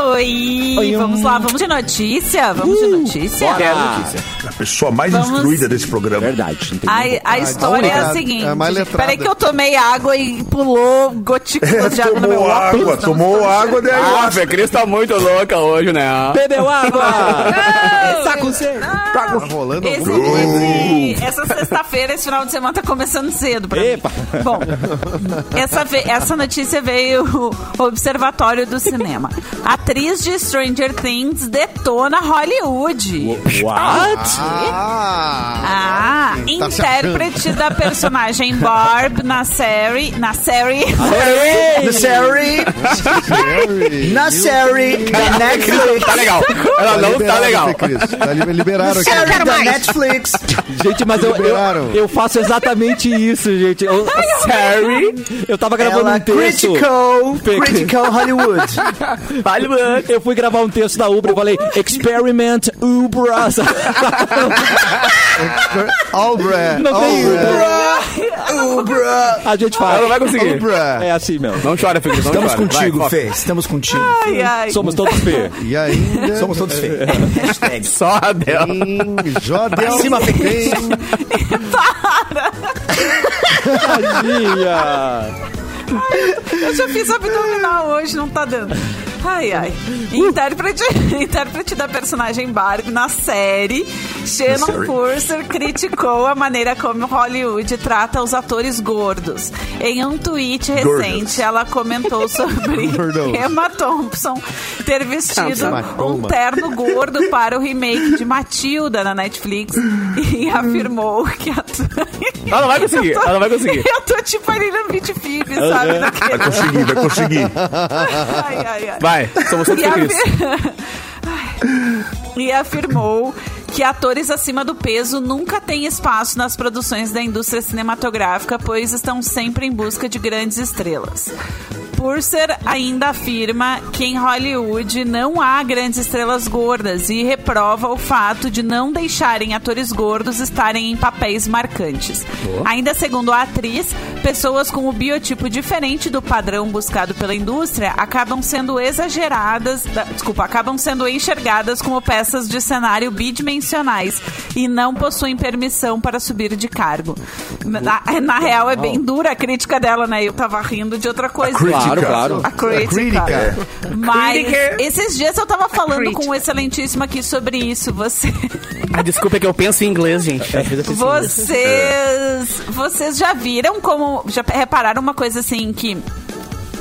S3: Oi,
S1: Oi,
S7: um.
S3: vamos
S1: hum.
S3: lá, vamos de notícia? Vamos de notícia?
S1: bora.
S4: Quero notícia.
S6: A pessoa mais
S3: Vamos-
S6: instruída desse programa.
S1: Verdade, não tem
S3: A,
S1: nada.
S3: a história é a
S5: única,
S3: seguinte.
S5: é a mais
S3: gente,
S5: letrada.
S3: Peraí que eu tomei água e pulou gotículas de água tá no meu
S6: É, tomou
S3: óculos.
S6: água,
S3: então
S6: tomou
S3: estou
S6: água de
S4: Ah, a
S6: ayahuasca.
S4: Fê Cris tá muito louca hoje, né?
S1: Bebeu água!
S3: enxergando.
S5: Tá rolando
S3: Esse-
S5: alguma
S3: esse- essa sexta-feira, esse final de semana tá começando cedo pra
S1: Epa.
S3: mim. Bom, essa, ve- essa notícia veio o Observatório do Cinema. Atriz de Stranger Things detona Hollywood.
S1: What?
S5: Ah,
S3: Ah,
S5: tá se
S3: intérprete da personagem Barb na série, na série
S2: Na série,
S5: Jerry.
S2: na série da Netflix.
S4: Tá legal. Ela não tá
S5: liberado,
S4: legal.
S5: Fê Cris. Tá li- liberaram aqui.
S2: Série da Netflix.
S1: Gente, mas eu, eu,
S5: Liberaram.
S1: eu faço exatamente isso, gente. Eu, Sorry. Eu tava gravando
S2: Ela
S1: um texto.
S2: critical,
S1: Fê Cris.
S2: critical Hollywood.
S4: Vale
S1: Eu fui gravar um texto da Ubra e falei Experiment Ubra.
S5: Albra.
S1: Não tem
S5: Albra.
S2: Ubra!
S1: A gente fala.
S8: Ela não vai conseguir.
S5: Albra.
S1: É assim mesmo.
S8: Não chora, Felipe. não
S2: Estamos
S8: chora. Vai,
S2: contigo,
S8: foca.
S2: Fê. Estamos contigo.
S3: Ai, ai.
S1: Somos todos P.
S5: E ainda. É.
S2: Somos todos Fê. Hashtag.
S8: Só a dela.
S5: Tem Jodel.
S2: cima, Fê.
S5: Tem
S1: Tadinha.
S3: Eu já fiz abdominal hoje, não tá dando. Ai, ai.
S8: Uh.
S3: Intérprete, intérprete da personagem Barbie na série, Shannon Purser criticou a maneira como Hollywood trata os atores gordos. Em um tweet recente, ela comentou sobre
S5: Gordos.
S3: Emma Thompson ter vestido um
S5: Macomba.
S3: terno gordo para o remake de Matilda na Netflix e afirmou que a
S8: Hum. Ela não vai conseguir. Ela não vai conseguir. é.
S3: eu tô tipo ali no Beat Fib, sabe? Naquele...
S6: Vai conseguir, vai conseguir.
S3: Ai, ai, ai.
S8: Vai, somos todos
S3: E, afi-
S8: felizes.
S3: Ai. E afirmou que atores acima do peso nunca têm espaço nas produções da indústria cinematográfica, pois estão sempre em busca de grandes estrelas. Purser ainda afirma que em Hollywood não há grandes estrelas gordas e reprova o fato de não deixarem atores gordos estarem em papéis marcantes. Ainda segundo a atriz, pessoas com o biotipo diferente do padrão buscado pela indústria acabam sendo exageradas, da- desculpa, acabam sendo enxergadas como peças de cenário bidimensionais e não possuem permissão para subir de cargo. Na, na real, é bem dura a crítica dela, né? Eu tava rindo de outra coisa.
S1: Claro, claro.
S3: A crítica.
S5: crítica.
S3: Mas
S8: Crítica.
S3: esses dias eu tava falando
S7: crítica.
S3: com o excelentíssimo aqui sobre isso. Você,
S4: A desculpa é que eu penso em inglês, gente. É, Às vezes eu penso em inglês.
S3: vocês,
S4: É.
S3: vocês já viram como, já repararam uma coisa assim que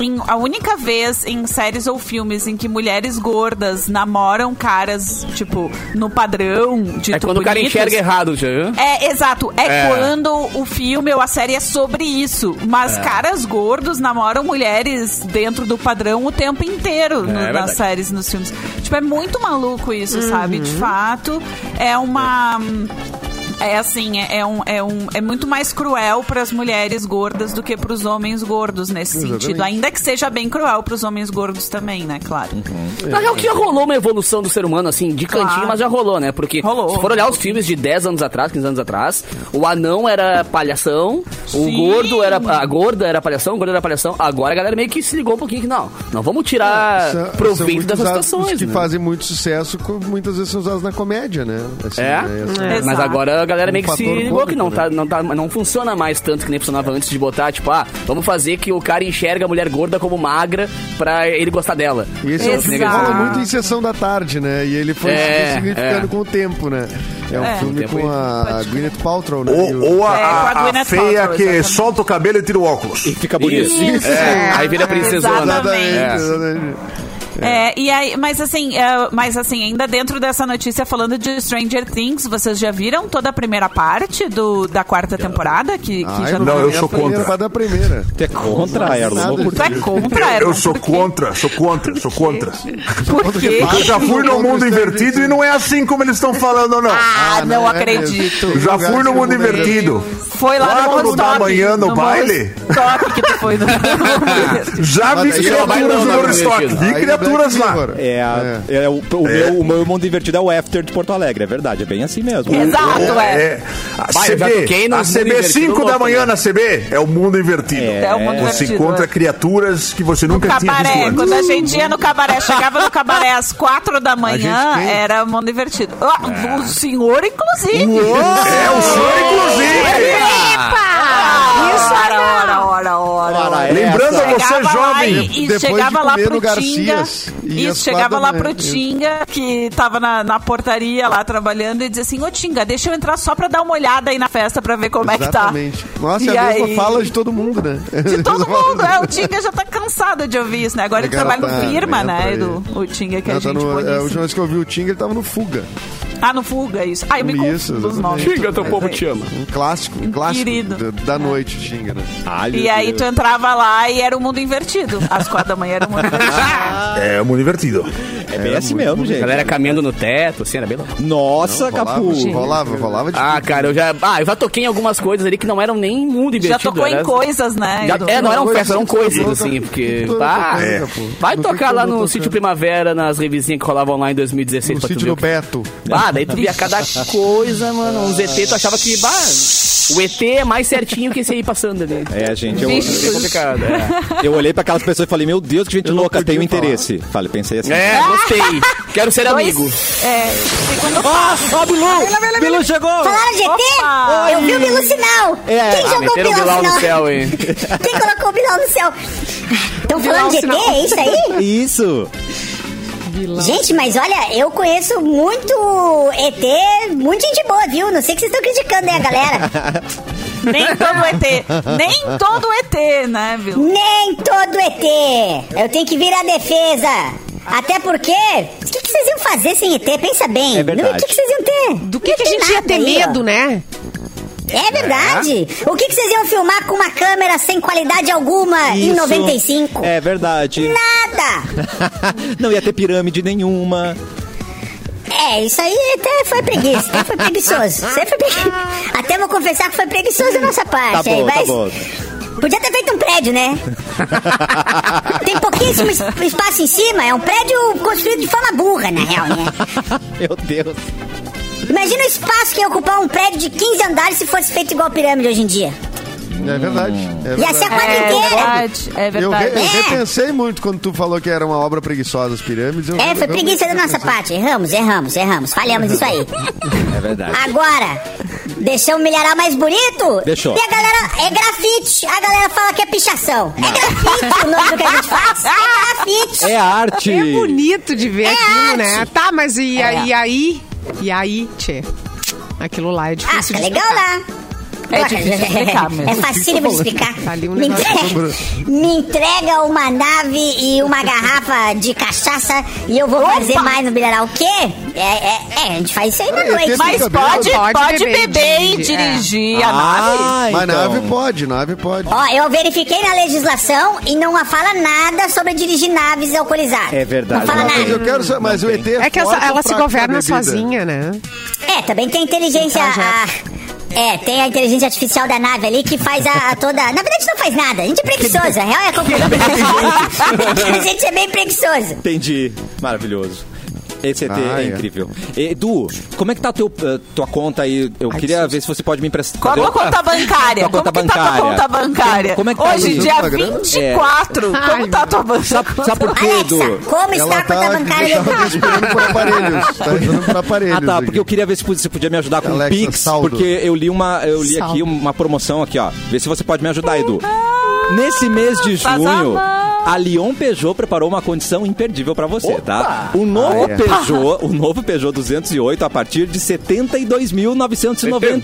S3: em- a única vez em séries ou filmes em que mulheres gordas namoram caras, tipo, no padrão de
S4: É quando o cara enxerga errado, já viu?
S3: É, exato. É,
S8: É.
S3: quando o filme ou a série é sobre isso. Mas
S8: É.
S3: caras gordos namoram mulheres dentro do padrão o tempo inteiro no- nas
S8: É verdade.
S3: séries, nos filmes. Tipo, é muito maluco isso, sabe? De fato, é uma. É assim, é, é um, é, um, é muito mais cruel para as mulheres gordas do que para os homens gordos nesse sentido. Ainda que seja bem cruel para os homens gordos também, né? Claro.
S4: Na real, que já rolou uma evolução do ser humano, assim, de cantinho,
S3: Claro.
S4: mas já rolou, né? Porque
S3: Rolou.
S4: se for olhar os filmes de 10 anos atrás, 15 anos atrás, o anão era palhação,
S3: Sim.
S4: o gordo era. A gorda era palhação, o gordo era palhação. Agora a galera meio que se ligou um pouquinho que não, não vamos tirar
S5: São- são
S4: proveito
S5: é- muito
S4: é, dessas
S5: usados, Os
S4: situações.
S5: que
S4: né?
S5: fazem muito sucesso, co- muitas vezes são usados na comédia, né? Assim,
S4: É?
S5: né? Assim,
S3: É.
S4: Mas
S3: Exato.
S4: agora a galera
S5: Um
S4: meio que se
S5: fator né?
S4: ligou que não,
S5: cômico,
S4: tá, não, tá, não funciona mais tanto que nem funcionava antes de botar, tipo, ah, vamos fazer que o cara enxerga a mulher gorda como magra pra ele gostar dela.
S5: E esse é um filme que
S3: Exato.
S5: rola muito em Sessão da Tarde, né? E ele foi
S4: É,
S5: se significando
S4: é.
S5: com o tempo, né? É um
S3: É.
S5: filme
S4: Tempo
S5: com a
S3: Pode
S5: Gwyneth Paltrow, né? E o-
S6: Ou, ou a,
S3: É, com a
S6: a- a
S3: Gwyneth
S6: feia
S3: Paltrow,
S6: que
S3: exatamente.
S6: solta o cabelo e tira o óculos.
S1: Fica bonito.
S4: Isso. É, aí vira princesona.
S3: Exatamente.
S4: É.
S5: exatamente.
S3: É, e aí, mas assim, é, mas assim, ainda dentro dessa notícia falando de Stranger Things, vocês já viram toda a primeira parte do, da quarta temporada? Que, que
S5: Ai,
S3: já
S6: não, eu
S5: é a
S6: sou
S5: primeira,
S6: contra. Tá,
S5: vai da primeira.
S1: Tu é contra, Erlon. Não
S5: Nada.
S1: curti.
S3: Tu é contra,
S6: Eu,
S3: Erlon?
S6: eu sou contra, sou contra, sou contra.
S3: Por quê?
S5: Ah,
S6: Eu já fui no mundo invertido e não é assim como eles estão falando, não.
S3: Ah, não
S5: é
S6: um
S5: mesmo.
S3: acredito.
S5: Tem
S6: Já
S5: lugar
S6: fui no
S5: que eu
S6: mundo
S5: vou ver.
S6: invertido.
S3: Foi lá no
S6: Quatro
S3: Monstop.
S6: da manhã no
S3: Monstop
S6: baile?
S3: que tu foi no
S6: Já vi
S5: Mas aí ela vai
S6: criaturas
S5: não,
S6: no
S5: não é
S6: Woodstock. Vi
S5: Aí no
S6: criaturas
S5: Black
S6: lá.
S5: Mirror.
S1: É, a- é o, o meu, o meu mundo invertido é o after de Porto Alegre, é verdade, é bem assim mesmo.
S3: Exato, é.
S6: É. A
S4: Vai, eu já toquei
S6: CB,
S4: no
S6: a
S4: mundo
S6: CB
S4: invertido
S6: 5 da
S4: louco,
S6: manhã
S4: né?
S6: na CB é o mundo invertido.
S3: É o mundo
S6: Você
S3: invertido,
S6: encontra
S3: é. né?
S6: criaturas que você nunca tinha visto
S3: Cabaré,
S6: antes.
S3: quando a gente ia no cabaré, chegava no cabaré às quatro da manhã,
S5: tem.
S3: era mundo divertido. Ah, O senhor, inclusive.
S6: É o senhor, inclusive.
S3: Epa! Isso era hora, hora, hora.
S1: Ora,
S6: Lembrando
S1: essa.
S6: a você,
S3: Chegava lá
S6: jovem.
S3: e- E,
S5: é Depois de
S3: chegava lá
S5: comer
S3: pro
S5: no
S3: Tinga.
S5: Garcias, e
S3: Isso,
S5: as
S3: chegava
S5: quatro
S3: lá
S5: da
S3: pro
S5: manhã.
S3: Tinga, que tava na, na portaria lá trabalhando, e dizia assim: Ô Tinga, deixa eu entrar só pra dar uma olhada aí na festa pra ver como
S5: Exatamente.
S3: é que tá.
S5: Nossa,
S3: E
S5: é a mesma
S3: aí-
S5: fala de todo mundo, né?
S3: De todo mundo, é. O Tinga já tá cansado de ouvir isso, né? Agora ele
S5: Agora
S3: trabalha
S5: tá,
S3: no firma,
S5: né,
S3: né?
S5: pra
S3: Edu? o Tinga que a
S5: Ela tá
S3: gente
S5: no- é, a última
S3: conhece.
S5: vez que eu vi o Tinga, ele tava no Fuga.
S3: Ah, no Fuga, isso. Ah, eu me
S5: Isso,
S3: confundo os
S5: exatamente.
S3: nomes. é.
S8: Xinga, teu povo te ama.
S5: Um clássico, um clássico
S3: Querido.
S5: da, da noite, o Tinga, né?
S1: Ai, meu
S3: E aí
S1: Deus.
S3: tu entrava lá e era o mundo invertido. Às quatro da manhã era o mundo invertido.
S6: É o É mundo invertido.
S1: É bem assim mesmo, gente.
S4: A galera caminhando no teto, assim, era bem louco.
S1: Nossa, Capu.
S5: Rolava, rolava, rolava de
S4: Ah, cara, eu já. Ah, eu já toquei em algumas coisas ali que não eram nem mundo
S3: Já
S4: invertido.
S3: tocou em
S4: era-
S3: coisas, né?
S4: Já-
S3: Edu?
S4: é, não eram
S5: Coisas
S4: festas, eram
S5: que tu
S4: coisas,
S5: toca-
S4: assim, porque.
S5: que tu
S4: Tá,
S5: toca,
S4: é.
S5: pô.
S4: Vai
S5: Não
S4: tocar
S5: fica
S4: lá
S5: todo
S4: no
S5: tocando.
S4: Sítio Primavera, nas revisinhas que rolavam lá em 2016
S5: no
S4: pra tu
S5: sítio
S4: ver.
S5: do
S4: o que-
S5: Beto.
S4: Ah, daí tu via cada coisa, mano. Os ET, tu achava que. Bah, o ET é mais certinho que esse aí passando ali.
S1: É, gente, eu,
S4: É complicado. É,
S1: eu olhei pra aquelas pessoas e falei, meu Deus, que gente louca, tenho interesse. Falei, pensei assim.
S4: É, gostei. Quero ser
S3: Dois-
S4: amigo.
S3: É, segundo
S1: Ah, a Bilu! Bilu chegou!
S9: Olá, GT!
S3: Opa!
S9: Eu vi o Bilu sinal!
S1: É,
S9: Quem
S4: Ah,
S9: jogou o
S4: meteram o Bilal no céu, hein?
S9: Quem colocou o Bilal no céu? Estão falando de ET,
S7: sinal.
S9: é isso aí?
S1: Isso!
S9: Gente, mas olha, eu conheço muito ET, muita gente boa, viu? Não sei o que vocês estão criticando, né, galera?
S3: nem todo ET. Nem todo ET, né, Bilu?
S9: Nem todo ET! Eu tenho que vir à defesa! Até porque, o que, que vocês iam fazer sem ET? Pensa bem.
S1: É verdade.
S9: O que, que vocês iam ter?
S7: Do que, que a gente ia ter medo, né?
S9: É verdade. O que, que vocês iam filmar com uma câmera sem qualidade
S3: É,
S9: alguma em
S1: Isso.
S9: 95?
S1: É verdade.
S9: Nada!
S1: Não ia ter pirâmide nenhuma.
S9: É, isso aí até foi preguiça, até foi preguiçoso. Você foi pregui- Até vou confessar que foi preguiçoso da nossa parte.
S1: Tá
S9: aí,
S1: bom, tá
S9: mas
S1: bom.
S9: Podia ter feito um prédio, né? Tem pouquíssimo es- espaço em cima, é um prédio construído de forma burra, na real, né?
S1: Meu Deus.
S9: Imagina o espaço que ia ocupar um prédio de 15 andares se fosse feito igual a pirâmide hoje em dia.
S5: É verdade. É
S9: Ia ser
S5: verdade.
S9: a quadra
S3: É
S9: inteira.
S3: verdade, é
S5: Eu,
S3: verdade.
S5: re, eu repensei muito quando tu falou que era uma obra preguiçosa as pirâmides. Eu-
S9: É,
S5: eu-
S9: foi preguiça da nossa parte. Erramos, erramos, erramos. Falhamos isso aí.
S1: É verdade.
S9: Agora, deixamos milharal mais bonito?
S1: Deixou.
S9: E a galera, é grafite. A galera fala que é pichação. É grafite o nome do que a gente faz. É grafite.
S1: É arte.
S7: É bonito de ver
S9: É
S7: aquilo, né?
S9: arte.
S7: Tá, mas e, a-
S3: É.
S7: e aí? E aí, tê? Aquilo lá é
S9: Ah,
S7: difícil
S9: fica
S7: de
S9: legal
S7: explicar.
S9: lá.
S3: É difícil de explicar mesmo.
S9: É facílimo de explicar.
S7: Tá ali um
S9: me,
S7: negócio
S9: entrega, me entrega uma nave e uma garrafa de cachaça e eu vou fazer mais no bilharal. O quê? É, é, é, a gente faz isso aí na
S5: É,
S9: noite. né?
S5: tem
S3: Mas
S5: cabelo.
S3: pode,
S7: Pode
S3: pode
S7: beber e
S3: beber, e
S7: dirigir, é.
S3: dirigir a nave.
S1: Ah,
S5: Mas
S1: então.
S5: nave pode, nave pode.
S9: Ó, eu verifiquei na legislação e não fala nada sobre dirigir naves alcoolizadas.
S1: É verdade.
S9: Não fala
S1: Não,
S5: Mas
S9: nada.
S5: eu quero saber, mas o ET é,
S7: É que essa-
S5: forte ou
S7: ela se
S5: fraco pra
S7: governa
S5: bebida?
S7: sozinha, né?
S9: É, também tem inteligência.
S7: Tem
S9: a- é, tem a inteligência artificial da nave ali que faz a, a toda. Na verdade, não faz nada. A gente é preguiçoso. A real é a conclusão. a gente é bem preguiçoso.
S1: Entendi. Maravilhoso. Esse ET
S5: Ah,
S1: é,
S5: é.
S1: incrível. Edu, como é que tá teu, eh, tua conta aí? Eu queria ver se você pode me emprestar.
S3: Qual a tua conta bancária?
S1: Tua conta
S3: como que tá a
S1: bancária.
S3: tua conta bancária?
S1: Como é que tá
S3: Hoje,
S1: isso?
S3: dia
S5: Tá grana?
S3: 24,
S7: É.
S3: como tá a tua banca?
S1: Sabe, sabe por quê, Edu?
S9: Alexa, como está
S5: Ela
S9: a conta
S5: tá
S9: bancária do
S5: tá respirando por aparelhos. Tá respirando por aparelhos.
S1: Ah, tá,
S5: aqui.
S1: porque eu queria ver se você podia me ajudar com o
S5: Alexa,
S1: Pix,
S5: saldo.
S1: porque eu li uma, eu li aqui
S7: Saldo.
S1: uma promoção aqui, ó. Vê se você pode me ajudar, Edu. Nesse mês de
S3: Tá
S1: junho,
S3: amando.
S1: a Lyon Peugeot preparou uma condição imperdível pra você, tá? O novo
S5: Ah, é.
S1: Peugeot, o novo Peugeot 208 a partir de 72.990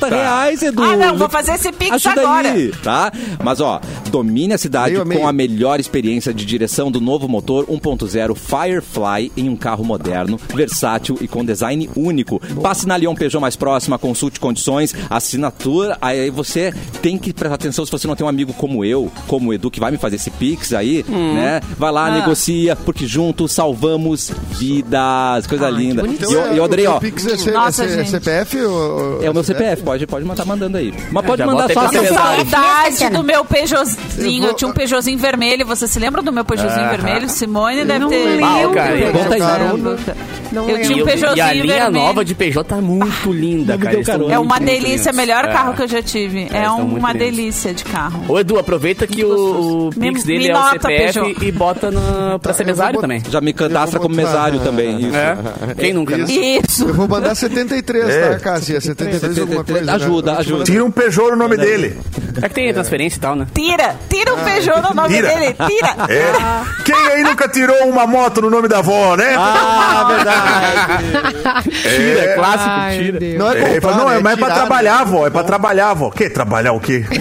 S4: 70.
S1: reais, Edu.
S3: Ah, não, vou fazer esse Pix
S1: Ajuda
S3: agora.
S1: Aí, tá? Mas ó, domine a cidade
S5: Meio a meio.
S1: com a melhor experiência de direção do novo motor 1.0 Firefly em um carro moderno, versátil e com design único. Passe na Leon Peugeot mais próxima, consulte condições, assinatura. Aí você tem que prestar atenção se você não tem um amigo como eu, como o Edu, que vai me fazer esse Pix aí,
S5: Hum.
S1: né? Vai lá,
S5: Ah.
S1: negocia, porque juntos salvamos vidas. Coisa linda.
S5: Então,
S1: E eu,
S5: é,
S1: eu adorei,
S5: o
S1: ó.
S5: Pix é, C-
S3: Nossa,
S5: é C- é
S3: gente.
S5: CPF ou...
S1: É o meu CPF, pode, pode mandar mandando aí.
S5: É,
S1: Mas pode
S4: já
S1: mandar
S4: bota
S1: só
S4: aí
S1: a
S4: pra
S3: Que
S1: CPF.
S3: saudade
S9: Luciana.
S3: do meu
S5: Eu
S3: Peugeotzinho.
S5: vou-
S3: Eu tinha um Peugeotzinho vermelho. Você se lembra do meu Peugeotzinho vermelho? Simone deve
S7: não
S3: ter.
S7: lembro.
S4: Mal, cara.
S1: Conta aí.
S3: Caramba.
S7: Não é
S3: Eu
S4: E
S3: tinha um
S7: lembro.
S4: a
S3: Peugeotzinho
S4: linha
S3: vermelho. Ah,
S4: nova de Peugeot tá muito linda,
S1: me
S4: cara.
S1: deu
S4: Eles tão
S1: carona.
S3: É
S4: muito,
S3: uma
S4: muito
S3: delícia,
S4: lindos.
S3: melhor
S4: É.
S3: carro que eu já tive. É,
S4: eles tão muito
S3: uma
S4: lindos.
S3: delícia de carro.
S4: Ô, Edu, aproveita que o, o
S3: Me-
S4: Pix dele
S3: me
S4: é o
S3: nota,
S4: CPF
S3: Peugeot.
S4: e bota na, pra ser mesário
S5: vou-
S4: também.
S1: Já me cadastra
S5: Eu vou
S1: como
S5: botar-
S1: mesário também. Isso.
S4: É? Quem nunca, né?
S5: Isso.
S3: Isso.
S5: Eu vou mandar 73,
S6: É.
S5: tá, Cássia? 73 alguma coisa. né?
S1: Ajuda, ajuda.
S6: Tira um Peugeot no nome dele.
S4: É que tem transferência e tal, né?
S3: Tira, tira o Peugeot no nome
S6: Tira.
S3: dele. Tira.
S6: É. Quem aí nunca tirou uma moto no nome da avó, né?
S1: Ah, verdade.
S4: Tira, é clássico,
S7: Ai, meu
S4: tira.
S7: Deus.
S5: Não é,
S6: É,
S5: comprar,
S6: fala, não,
S5: né?
S6: é mais pra
S5: tirar, né?
S6: trabalhar, vó. É pra trabalhar, vó. Que trabalhar o quê?
S3: Que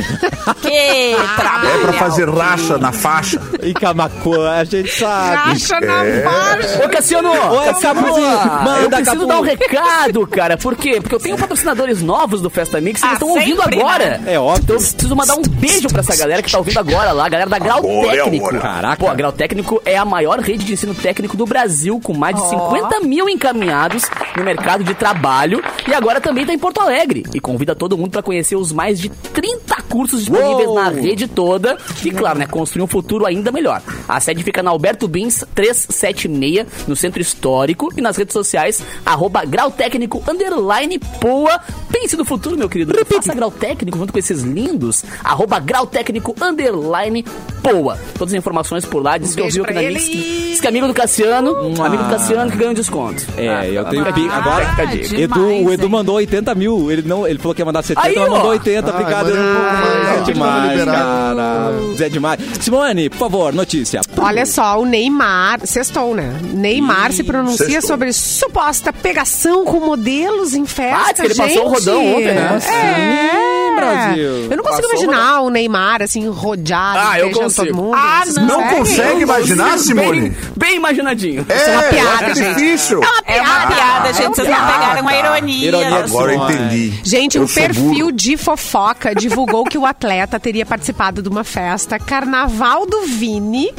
S3: trabalho.
S4: É
S3: é,
S6: É pra fazer racha na faixa.
S1: E que é maconha, a gente
S5: Ah,
S1: sabe.
S7: Racha na
S5: é.
S7: margem.
S4: Ô, Cassiano!
S1: Ô, Capuzinho, manda,
S4: eu preciso
S1: Capu.
S4: dar um recado, cara. Por quê? Porque eu tenho patrocinadores novos do Festa Mix e eles
S3: Ah,
S4: estão ouvindo
S3: sempre,
S4: agora.
S1: né? É óbvio.
S4: Então eu preciso mandar um beijo pra essa galera que tá ouvindo agora lá, a galera da Grau
S6: Agora é a
S4: Técnico.
S6: hora.
S1: Caraca.
S4: Pô, a Grau Técnico é a maior rede de ensino técnico do Brasil, com mais de 50 mil encaminhados no mercado de trabalho. E agora também tá em Porto Alegre. E convida todo mundo pra conhecer os mais de 30 cursos disponíveis na rede toda. E claro, né, construir um futuro ainda melhor. A sede fica na Alberto Bins 376, no Centro Histórico. E nas redes sociais, arroba Grau Técnico, underline, poa. Pense no futuro, meu querido. Faça Grau Técnico junto com esses lindos. Arroba Grau Técnico, underline, poa. Todas as informações por lá. Diz que
S7: beijo
S4: ouviu
S7: pra
S4: aqui na
S7: ele
S4: Mix.
S7: e-
S4: Diz que é amigo do Cassiano. Amigo do Cassiano que ganha um desconto.
S1: É, eu tenho
S4: Ah,
S1: pi- Agora,
S3: ah,
S1: Edu,
S3: demais,
S1: o Edu
S3: hein?
S1: mandou 80 mil. Ele, não, ele falou que ia mandar 70,
S4: Aí,
S1: mas mandou
S4: ó.
S1: 80.
S5: Ai,
S1: Obrigado,
S5: mandei um
S1: Edu.
S5: pouco mais,
S1: É
S5: ó. Tava
S1: demais,
S5: liberado.
S1: cara. Zé demais. Simone, por favor, notícia.
S7: Olha só, o Neymar, sextou, né? Neymar se pronuncia
S6: sextou.
S7: sobre suposta pegação com modelos em festa,
S4: Ah, diz que ele
S7: gente.
S4: passou o rodão ontem, né?
S7: É.
S1: Sim, Brasil.
S7: Eu não consigo
S4: Passou o
S7: imaginar o Neymar, assim, rodeado,
S4: Ah, eu
S7: beijando
S4: consigo.
S7: todo mundo.
S3: Ah,
S7: Vocês
S3: não
S7: conseguem?
S6: consegue imaginar, Simone?
S4: Bem, bem imaginadinho.
S6: É,
S7: uma
S6: eu
S7: piada,
S6: acho
S7: gente.
S6: difícil.
S3: É uma piada, gente. Vocês não pegaram a ironia.
S1: Ironia
S3: da
S1: do
S6: Agora eu
S1: Simone.
S6: entendi.
S7: Gente,
S6: é. eu
S7: um
S6: sou
S7: perfil
S6: burro.
S7: de fofoca divulgou que o atleta teria participado de uma festa Carnaval do Vini,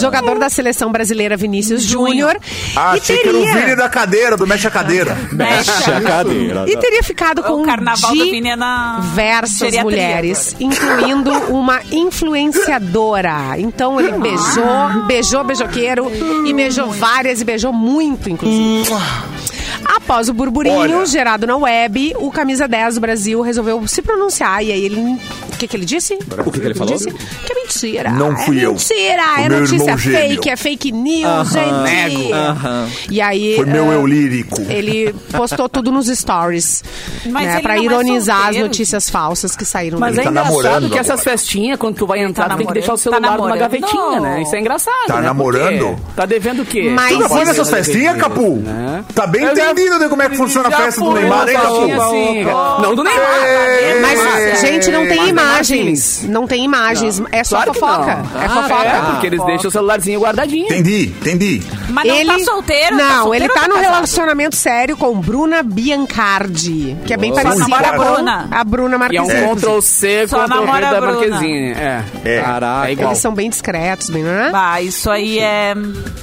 S7: jogador da seleção brasileira Vinícius Júnior,
S6: Ah,
S7: e
S6: achei que era o
S7: teria É.
S6: Vini da cadeira, do Mexe a Cadeira.
S1: Mexe a cadeira.
S7: E teria ficado com um
S3: O carnaval do Vini é na
S7: diversas
S3: geriatria
S7: mulheres, incluindo uma influenciadora. Então ele beijou, beijou beijoqueiro e beijou várias e beijou muito, inclusive. Após o burburinho
S6: Olha.
S7: gerado na web, o camisa 10 do Brasil resolveu se pronunciar e aí ele o que, que ele disse? O
S1: que que ele falou?
S7: Disse que é mentira.
S6: Não fui
S7: é
S6: eu.
S7: Mentira,
S6: O
S7: é
S6: meu
S7: notícia
S6: irmão gêmeo.
S7: fake, é fake news, gente.
S1: aham.
S7: E aí
S6: Foi meu
S7: ah,
S6: eu lírico.
S7: ele postou tudo nos stories.
S3: Mas
S7: né,
S3: ele
S7: pra
S3: não é
S7: ironizar as
S3: solteiro?
S7: notícias falsas que saíram
S4: Mas
S7: dele.
S4: é
S6: tá
S4: engraçado
S6: namorando
S4: que essas festinhas, quando tu vai
S3: Ele tá
S4: entrar, tu tem que
S3: namorando.
S4: deixar o
S3: Tá
S4: celular numa
S3: namorando.
S4: gavetinha,
S3: Não.
S4: né? Isso é engraçado.
S6: Tá
S4: né? Porque
S6: namorando?
S4: Tá devendo o quê?
S7: Mas-
S6: Tu já foi
S7: Sim,
S6: nessas
S4: eu
S6: festinhas,
S4: devia,
S6: Capu?
S4: né?
S6: Tá bem
S4: Eu já-
S6: entendido, né, como é que funciona a
S4: Já
S6: festa do
S4: fui
S6: Neymar, hein,
S4: numa
S6: Capu?
S4: festinha assim, cara. Não do Neymar.
S6: Ei,
S7: É, Mas,
S6: ei,
S7: gente, não tem
S4: é, Mas
S7: imagens.
S4: imagens.
S7: Não tem imagens. É só
S4: Claro que
S7: fofoca.
S4: não.
S7: É
S4: Ah,
S7: fofoca.
S4: É, porque eles deixam o celularzinho guardadinho.
S6: Entendi, entendi.
S3: Mas não tá solteiro?
S7: Não,
S3: solteiro
S7: ele
S3: ou
S7: tá, num
S3: casado?
S7: relacionamento sério com Bruna Biancardi, que é bem
S1: Boa.
S7: parecida
S3: Só namora a
S7: com
S3: Bruna.
S7: a Bruna
S4: E é um
S7: Marquezine.
S4: Ctrl C,
S3: Só
S4: Ctrl V
S3: namora
S4: da
S3: a Bruna.
S4: Marquezine. É.
S6: É.
S1: Caraca.
S4: É igual.
S7: Eles são bem discretos, bem, né?
S3: Bah, isso aí é.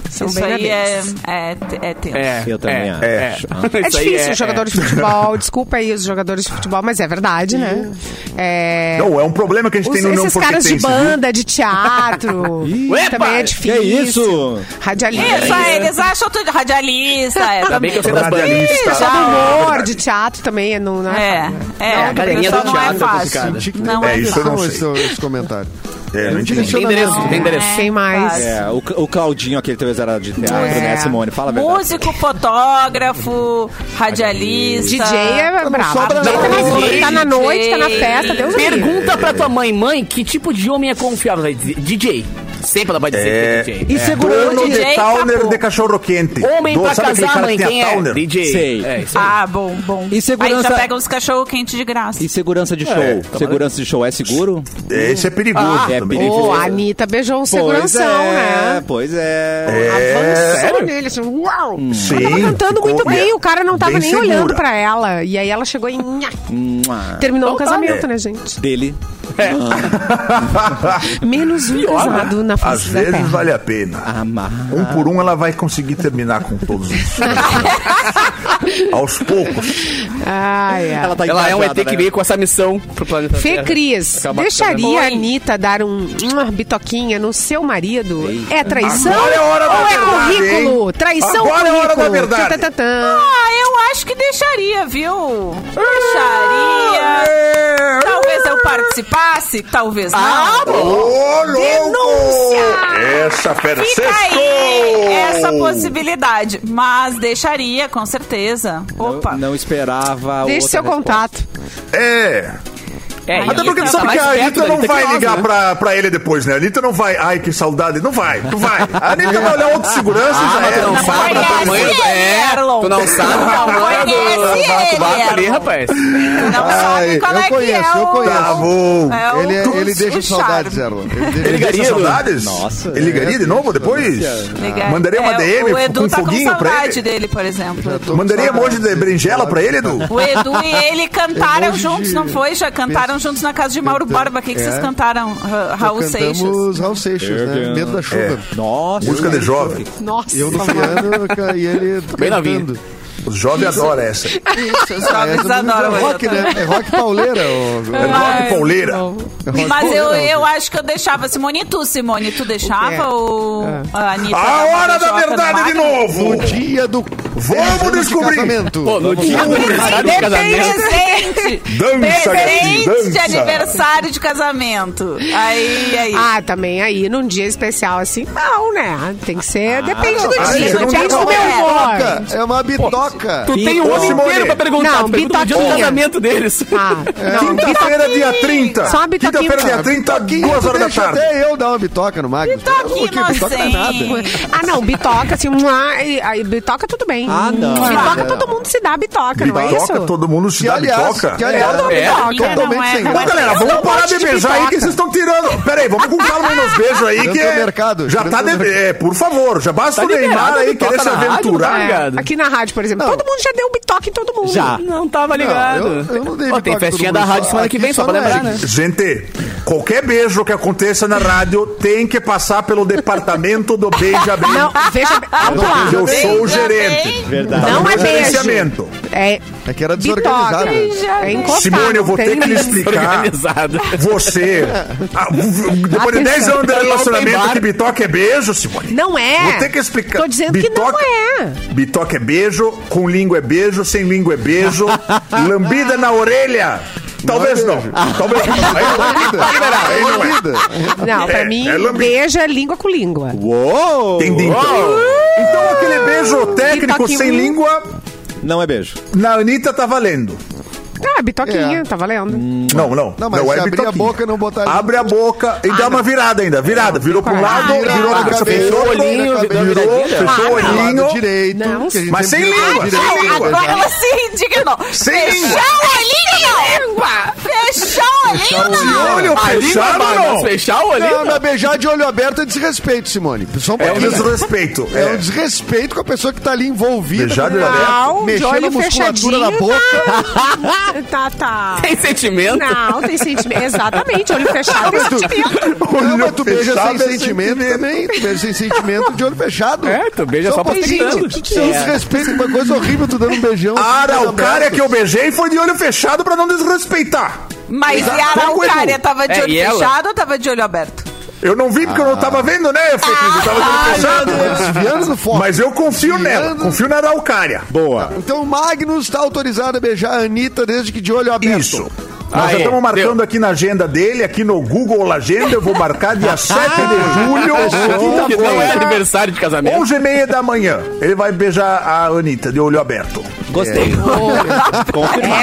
S7: São
S3: isso
S7: bem
S3: aí é,
S7: nadeiros.
S3: é, é tenso.
S4: É,
S1: Eu também
S4: é,
S1: acho.
S4: é.
S7: É
S4: Isso aí
S7: difícil, os jogadores de futebol. Desculpa aí os jogadores de futebol, mas é verdade, né? É...
S6: Não, é um problema que a gente
S7: Os-
S6: tem no não
S7: esses caras de
S6: porquetense, viu?
S7: banda, de teatro.
S4: Ué,
S7: também
S4: pai,
S7: é
S4: que
S7: difícil.
S1: isso?
S7: Radialista.
S3: Isso, aí, É, eles acham tudo radialista. É,
S4: É, Ainda bem que eu sei das bandas.
S6: Radialista.
S7: Só é do humor,
S6: Verdade.
S7: de teatro também. Não, não é
S3: É,
S7: fácil, né?
S3: é,
S4: a galerinha
S3: pessoal
S4: do
S3: não é
S4: teatro é
S3: fácil.
S4: complicada.
S5: Senti que
S3: Não
S6: É,
S3: é,
S6: isso eu não
S5: Não,
S6: sei.
S5: esse, esse comentário.
S6: É, não entendi.
S4: Tem
S7: assim.
S4: endereço, tem endereço.
S7: Quem mais?
S3: fácil.
S1: É, o, o Claudinho, aquele talvez era de teatro,
S7: É.
S1: né, Simone? Fala a verdade.
S3: Músico, fotógrafo, radialista.
S7: DJ é brabo.
S5: sobra
S7: DJ tá,
S5: nada.
S7: na, tá na noite, tá na festa, Deus me livre.
S4: Pergunta pra tua mãe, mãe, que tipo de homem é confiável? Vai dizer, DJ. Sempre ela vai dizer
S6: É.
S4: que é
S6: E
S4: DJ.
S6: segurança
S3: DJ
S6: de Towner
S3: Capu.
S6: de cachorro quente.
S4: Homem
S6: Do-
S4: pra
S6: sabe aquele
S4: casar,
S6: cara
S4: mãe,
S6: que tem a
S4: quem é?
S6: Towner?
S4: DJ.
S1: Sei.
S4: É, isso aí.
S3: Ah, bom, bom.
S1: E segurança-
S3: Aí já pega uns cachorro quente de graça.
S1: E segurança de show? segurança de show é seguro?
S6: Esse é perigoso
S4: Ah,
S1: é
S6: também.
S1: perigoso.
S7: Ô, a Anitta beijou um seguranção,
S1: é,
S7: né?
S1: pois é.
S7: Avançou nele, assim, uau! ela tava
S6: Sim,
S7: cantando
S6: ficou
S7: muito bem,
S6: bem-
S7: o cara não tava
S6: bem
S7: nem
S6: segura.
S7: olhando pra ela. E aí ela chegou e... nha,
S1: Mua.
S7: Terminou o
S4: Então tá,
S7: casamento,
S6: né?
S7: né, gente?
S1: Dele.
S7: Menos um casado na face
S6: Às
S7: da
S6: vezes
S7: terra.
S6: vale a
S1: Ah.
S6: pena.
S1: Amar.
S6: Um por um ela vai conseguir terminar com todos os. Aos poucos.
S7: Ai, ai.
S1: tá
S4: Ela é um ET
S1: engajada,
S4: que
S1: né?
S4: veio com essa missão pro planeta
S7: Fê
S4: Terra.
S7: Cris,
S4: Acaba
S7: deixaria a
S4: acabando.
S7: Anitta dar um, uma bitoquinha no seu marido? É traição
S6: Agora é hora da
S7: ou
S6: verdade,
S7: é currículo?
S6: hein?
S7: Traição
S6: Agora é
S7: currículo.
S6: hora da verdade.
S7: Tatatã.
S3: Ah, eu acho que deixaria, viu? Deixaria. Talvez eu participasse, talvez não.
S6: Ah, Ô, louco! Essa fera
S3: Fica
S6: sextou!
S3: aí essa possibilidade. Mas deixaria, com certeza. Opa.
S1: Não esperava.
S7: Deixe
S1: outra resposta.
S7: seu contato.
S6: É.
S4: É, e
S6: Até
S4: a
S6: porque
S4: Anitta
S6: tu sabe
S4: tá
S6: que a
S4: mais perto
S6: Anitta
S4: da
S6: não vai
S4: que nós,
S6: ligar
S4: né?
S6: pra, pra ele depois, né? A Anitta não vai, ai, que saudade. Não vai, tu vai. A Anitta vai olhar outro segurança e
S8: Ah,
S6: já
S8: mas tu
S6: era.
S8: não sabe o
S3: conhece
S8: tamanho do...
S3: ele,
S8: É,
S3: Erlon.
S8: tu não sabe o tamanho
S3: conhece
S8: do
S3: ele,
S8: bate-bate ali,
S3: Erlon.
S8: rapaz.
S3: Tu não sabe
S5: Ai,
S3: qual
S5: eu
S3: é
S5: conheço,
S3: que é
S5: eu
S3: o...
S5: conheço.
S6: Tá bom.
S3: É o-
S5: Ele, é- ele
S3: o
S5: deixa saudades, é.
S3: charme.
S5: Erlon. Ele deixa-
S6: Ele ligaria saudades?
S1: Nossa,
S6: Ele ligaria de novo depois?
S3: Ligar.
S6: Mandaria uma
S3: É,
S6: DM
S3: O Edu
S6: com um
S3: tá
S6: foguinho
S3: com
S6: pra
S3: saudade
S6: ele?
S3: dele, por exemplo. Edu.
S5: Tô com
S6: Mandaria
S5: saudades
S6: emoji de
S5: dele.
S6: berinjela pra ele, Edu?
S3: O Edu e ele cantaram
S5: Emoji de-
S3: juntos, não foi? Já cantaram juntos na casa de Mauro
S5: Cantando.
S3: Borba. O que, que vocês
S5: É.
S3: cantaram, Ra- Raul
S5: Cantamos
S3: Seixas?
S5: Raul Seixas, né? Medo da chuva.
S1: É. Nossa.
S6: Música de jovem.
S7: Nossa.
S5: Eu no piano ca- e ele
S8: Bem novinho.
S5: cantando.
S6: Os jovens adoram essa. É
S3: Isso, os
S5: Ah, essa
S3: jovens
S5: música
S3: adoram.
S5: é rock, né? É rock pauleira. ô-
S6: É rock pauleira.
S5: é rock
S3: Mas eu,
S5: pauleira,
S3: eu
S5: ô.
S3: acho que eu deixava. Simone, e tu, Simone, tu deixava ou a Anitta?
S6: A hora da
S3: tá
S6: verdade de novo!
S5: No dia do...
S6: Vamos
S5: dez anos de
S6: descobrir.
S5: casamento.
S8: Pô, no dia do aniversário do casamento...
S3: Presente!
S6: Dança, gatinho,
S3: Presente de
S6: dança!
S3: aniversário de casamento. Aí, aí.
S7: Ah, também aí, num dia especial assim, não, né? Tem que ser. depende do
S6: ah,
S7: dia, é
S6: você não
S7: depende
S6: tá
S7: do meu
S6: com
S7: humor.
S5: É uma bitoca.
S4: Tu tem
S6: Ô,
S4: o ano
S6: Simone.
S4: inteiro pra perguntar.
S7: Não,
S4: tu pergunta no dia do
S7: bitoquinha.
S4: casamento deles.
S7: Ah, não,
S6: Quinta-feira, dia 30.
S7: Só uma bitoquinha. então.
S6: Quinta-feira, dia 30, duas horas da
S5: Deixa
S6: tarde.
S5: Até eu dar uma bitoca no Magnus.
S3: Bitoquinha
S5: Pô, que bitoca não é nada.
S3: inocente.
S7: Ah, não, bitoca, assim, mua, e- aí bitoca tudo bem.
S1: Ah, não.
S7: Bitoca
S5: Ah,
S7: todo mundo se dá bitoca, não é isso?
S6: Bitoca, todo mundo se
S5: Que
S6: dá
S5: aliás,
S6: bitoca.
S5: que aliás,
S7: Eu dou
S5: é
S7: bitoca,
S5: totalmente
S3: não é?
S5: sem
S3: Mas,
S5: graça.
S6: Mas, Então, galera, vamos
S7: Eu
S6: parar
S7: gosto
S6: de
S7: de
S6: beijar aí
S7: pipoca.
S6: que vocês estão tirando. Peraí, vamos contar um nos beijos aí
S5: Dentro
S6: que.
S5: do mercado,
S6: já
S5: dentro
S6: tá
S5: do
S6: de,
S5: mercado.
S6: é, por favor, já basta
S4: Tá
S6: o Neymar
S4: liberado,
S6: aí
S4: ele
S6: querer
S4: toca
S6: se
S4: na rádio,
S6: aventurar.
S4: não tá ligado?
S7: Aqui na rádio, por exemplo, todo mundo já deu um bitoque em todo mundo.
S1: Já.
S4: Não tava Tá ligado.
S5: eu- eu não dei
S4: Ó, tem
S5: bitoca
S4: festinha
S5: todo
S4: da
S5: mundo,
S4: rádio
S5: só-
S4: semana que
S5: aqui
S4: vem, só
S5: só
S4: pra
S5: não é.
S4: lembrar, né?
S6: Gente, qualquer beijo que aconteça na rádio tem que passar pelo departamento do Beija Bem.
S7: Não, veja bem, vamos lá.
S6: eu sou
S3: Beija
S6: o gerente.
S1: Verdade.
S7: Não é
S6: Tá no
S7: beijo.
S6: gerenciamento.
S7: É
S5: É que era
S7: bitoca.
S5: desorganizado.
S7: É encostado.
S6: Simone, eu vou
S7: não
S6: ter
S7: tem
S6: que lhe
S7: nem-
S6: explicar.
S4: Organizado.
S6: Você, ah, v- v- depois de
S7: Atenção.
S6: 10 anos de relacionamento,
S4: bar.
S6: que bitoca é beijo, Simone?
S7: Não é.
S6: Vou ter que explicar.
S7: Tô dizendo que não é.
S6: Bitoca é beijo, com língua é beijo, sem língua é beijo, lambida na orelha. Talvez não. Talvez não. Aí não é.
S5: Lambida.
S6: Aí não é.
S5: Lambida.
S7: Não, pra
S6: É,
S7: mim,
S6: é lambi-
S7: beija língua com língua.
S1: Uou!
S6: Entendi, então. Então aquele beijo técnico
S7: Bitoquinho.
S6: sem língua,
S1: Não é beijo.
S6: na Anitta tá valendo.
S7: Ah, bitoquinha,
S5: É.
S7: tá valendo.
S6: Não, não.
S5: Não, mas se abrir a
S6: bitoquinha.
S5: boca, não botar a
S6: Abre a boca e dá uma virada ainda. Virada. Virou pro
S7: Ah,
S6: lado, virou
S5: virada,
S6: na cabeça.
S5: cabeça,
S6: Fechou o
S5: cabeça,
S6: olhinho,
S5: cabeça,
S6: virou,
S5: viradinha.
S6: fechou o olhinho.
S5: Lado direito.
S7: Não.
S5: que a gente
S6: Mas sem
S5: sempre
S6: língua,
S5: direito.
S6: sem língua.
S3: Agora é ela se indignou.
S6: Sem língua.
S3: língua! Fechar o olhinho!
S6: Se olho
S8: A língua,
S6: fechado,
S8: Barba,
S6: não.
S8: fechar o
S5: Não,
S8: olhinho.
S5: mas beijar de olho aberto é desrespeito, Simone. Só um
S6: É um
S5: pouquinho.
S6: desrespeito.
S5: É um
S6: É.
S5: desrespeito com a pessoa que tá ali envolvida.
S6: Beijar de olho
S7: Não,
S5: mexendo
S7: de
S5: a
S7: olho
S5: musculatura
S7: um fechadinho.
S5: da boca.
S7: Tá, tá.
S4: Tem sentimento?
S7: Não, tem sentimento. Exatamente, olho fechado tem sentimento.
S5: Não, mas tu
S6: Olho
S5: beija
S6: fechado
S5: sem
S6: é
S5: sentimento também. Tu beija sem sentimento de olho fechado.
S8: É, tu beija só pra
S5: pra
S8: tentando.
S5: gente. Que é. desrespeito, uma coisa horrível, tu dando um beijão.
S6: A araucária
S5: que
S6: é que eu beijei foi de olho fechado pra não desrespeitar.
S3: Mas e a
S6: Tá
S3: Araucária tava de
S4: É, e
S3: olho
S4: ela?
S3: fechado ou tava de olho aberto?
S6: Eu não vi porque eu não tava vendo, né, Fê? Cris? Eu tava de olho fechado.
S5: Desviando do foco.
S6: Mas eu confio nela.
S5: Desviando.
S6: Confio na araucária.
S1: Boa.
S5: Então o Magnus tá autorizado a beijar a Anitta desde que de olho aberto.
S6: Isso. Nós
S8: Aê,
S6: já estamos marcando aqui na agenda dele, aqui no Google Agenda. Eu vou marcar dia 7 de julho.
S8: Que não é aniversário de casamento.
S6: 11 e meia da manhã. Ele vai beijar a Anitta de olho aberto.
S1: Gostei.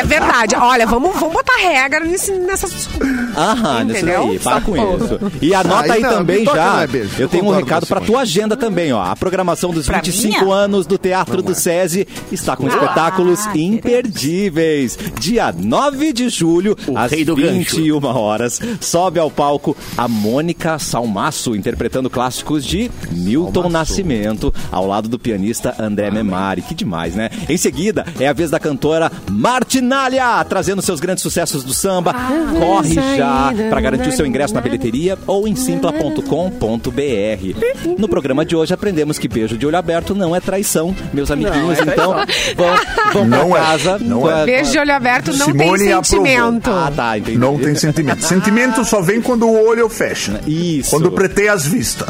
S7: É verdade. Olha, vamos, vamos botar regra nesse, nessas discussões.
S1: Aham, nisso
S7: Entendeu?
S1: daí, para com
S7: Safou.
S1: Ah, isso. E anota
S5: Tá
S1: aí
S5: Aí não,
S1: também
S5: bitoca não
S1: já.
S5: é beijo.
S1: Eu
S5: Eu
S1: tenho um
S5: concordo
S1: recado
S5: com
S1: pra
S5: você,
S1: tua agenda também, ó. A programação dos
S3: Pra
S1: 25
S3: minha?
S1: anos do Teatro do SESI está
S5: Ah,
S1: com espetáculos imperdíveis. Dia 9 de julho, às
S4: rei do gancho.
S1: 21 horas, sobe ao palco a Mônica Salmaço, interpretando clássicos de Milton Nascimento, ao lado do pianista André Memari. Que demais, né? Em seguida, é a vez da cantora Martinalha, trazendo seus grandes sucessos do samba. Corre já para garantir o seu ingresso na bilheteria ou em simpla.com.br. No programa de hoje, aprendemos que beijo de olho aberto não é traição, meus amiguinhos.
S4: é
S1: então, vão, vão
S6: Não
S1: pra
S6: é.
S1: casa.
S6: Não
S1: com
S6: é.
S1: a-
S7: Beijo de olho aberto não
S6: Simone
S7: tem
S6: aprovou.
S7: sentimento.
S1: Ah, tá, entendi.
S6: Não tem sentimento. Sentimento só vem quando o olho fecha.
S1: Isso.
S6: Quando preteia as vistas.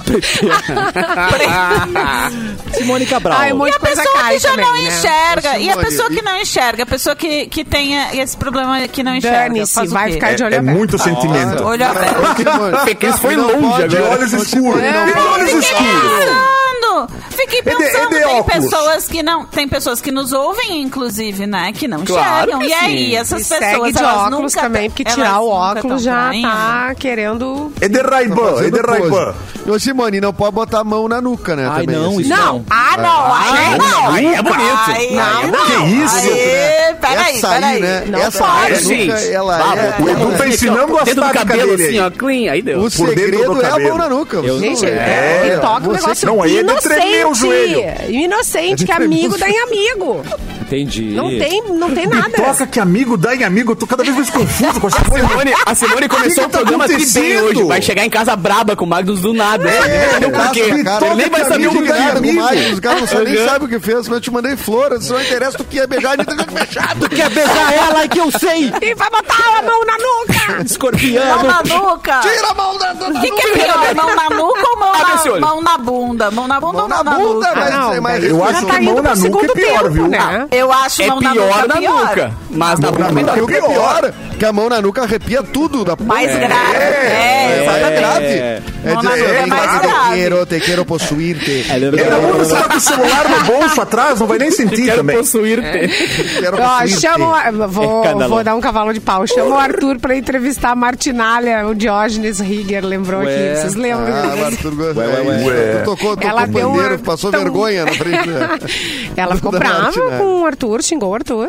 S1: Simone Cabral.
S7: Ai, um monte
S3: E
S7: de
S3: a
S7: coisa
S3: pessoa
S7: cai
S3: que já
S7: também,
S3: não
S7: né?
S3: enxerga. E a
S5: Simone,
S3: pessoa
S5: e-
S3: que não enxerga, a pessoa que, que tenha esse problema que não enxerga.
S7: Dane-se,
S3: faz o
S7: vai
S3: quê?
S7: ficar
S6: É,
S7: de olho
S6: é
S7: aberto.
S6: muito sentimento.
S3: Olho aberto.
S5: Ô, Simone,
S8: Cris foi
S5: não
S8: longe
S5: pode-
S6: De
S8: agora.
S5: É,
S6: olhos É, escuros. De olhos escuros.
S3: Ando! pensando, fiquei
S6: de- é
S3: pensando,
S6: de
S3: tem
S6: óculos.
S3: pessoas que não, tem pessoas que nos ouvem inclusive, né, que não
S4: Claro
S3: chegam.
S4: que
S3: e aí
S4: sim.
S3: essas
S7: E segue
S3: pessoas
S7: de
S3: elas
S7: óculos
S3: nunca
S7: também, porque
S3: elas
S7: tirar o
S3: nunca tão né?
S7: óculos já
S3: traindo.
S7: tá querendo.
S6: É de
S5: Tá
S6: Raiban, é de Raiban.
S5: Ô, Simone, não pode botar a mão na nuca, né?
S1: Ai,
S5: também,
S1: não,
S5: assim.
S1: isso não.
S7: Ah, não!
S3: Ai, não,
S4: Aí é
S3: Ai,
S4: bonito.
S3: não,
S6: Que isso?
S3: Aê, peraí,
S5: Essa aí,
S3: peraí.
S5: né?
S7: Não
S5: Essa
S7: pode.
S5: aí,
S4: Ai,
S5: a nuca,
S4: gente.
S5: ela
S4: Baba,
S5: é...
S6: O Edu tá ensinando as
S4: Dedo no
S6: táticas
S4: cabelo,
S6: dele.
S4: assim,
S6: aí.
S4: ó, clean, aí deu.
S5: O
S6: Por dentro do
S5: segredo é a
S6: cabelo.
S5: mão na nuca.
S1: Eu não-
S7: Gente,
S6: É,
S7: ele toca um
S5: você-
S7: negócio
S6: não, aí é de tremer o joelho.
S7: inocente. Inocente, que
S5: É de tremer
S7: amigo
S5: o
S7: dá em amigo.
S1: Entendi.
S7: Não tem, não tem nada.
S6: Toca que amigo dá em amigo, eu tô cada vez mais confuso com essa
S4: A
S6: coisa.
S4: Simone, a Simone começou
S6: que
S4: o
S6: tá
S4: programa tri bem
S6: acontecendo?
S4: hoje. Vai chegar em casa braba com o Magnus do nada.
S5: É,
S4: Não
S5: nossa,
S4: por quê?
S5: me toca
S4: Ele nem vai
S5: que
S4: saber o
S5: amigo
S4: que
S5: dá em
S4: é.
S5: amigo.
S4: Mas-
S5: Os caras você nem
S4: Aham.
S5: sabe o que fez, mas eu te mandei flores. Não interessa do que é beijar, a gente tá fechado.
S1: Quer beijar ela e que eu sei!
S7: E vai botar a mão na nuca.
S3: Mão
S1: Escorpião!
S3: na nuca.
S5: Tira a mão da, da
S3: O que, que é pior? Mão na nuca ou mão,
S4: Abre esse
S3: na,
S4: olho.
S3: mão na bunda? Mão na bunda
S5: Mão
S3: ou
S5: na
S3: mão na
S5: bunda,
S3: nuca?
S5: mas- é
S7: não,
S5: mas
S6: Eu acho
S7: tá
S6: que
S7: indo pro
S6: mão na nuca é
S7: segundo
S6: pior,
S7: tempo,
S6: viu?
S7: né?
S3: Eu acho
S4: É
S3: mão na
S4: pior
S3: nuca
S4: na
S3: pior.
S4: nuca. Mas na
S6: na
S4: boca também dá.
S5: o que é pior, que a mão na nuca arrepia tudo da porra.
S3: Mais grave. É,
S5: É,
S3: exatamente.
S5: grave.
S1: É.
S5: É,
S3: Mão na nuca é mais
S5: te
S3: grave.
S5: quero, te quero possuir-te.
S4: é um
S6: Ele não você tá com o celular no bolso atrás, não vai nem sentir
S4: Quero
S6: também.
S4: possuir.
S5: Quero
S7: Ó,
S5: possuir-te. Ah,
S7: chama o Ar- vou,
S1: escândalo.
S7: vou dar um cavalo de pau. Chama o Arthur pra entrevistar a Martinalha, o Diógenes Rigger, lembrou
S1: Ué.
S7: aqui. Vocês lembram?
S5: Ah, o Arthur Gomes.
S1: Ué, ué, ué.
S5: Tu tocou, tocou
S7: Ela
S5: Ela
S7: deu
S5: bandeira,
S7: uma-
S5: passou
S7: tão-
S5: vergonha na frente. né?
S7: Ela ficou
S5: Da
S7: brava
S5: Martinalha.
S7: com o Arthur, xingou o Arthur.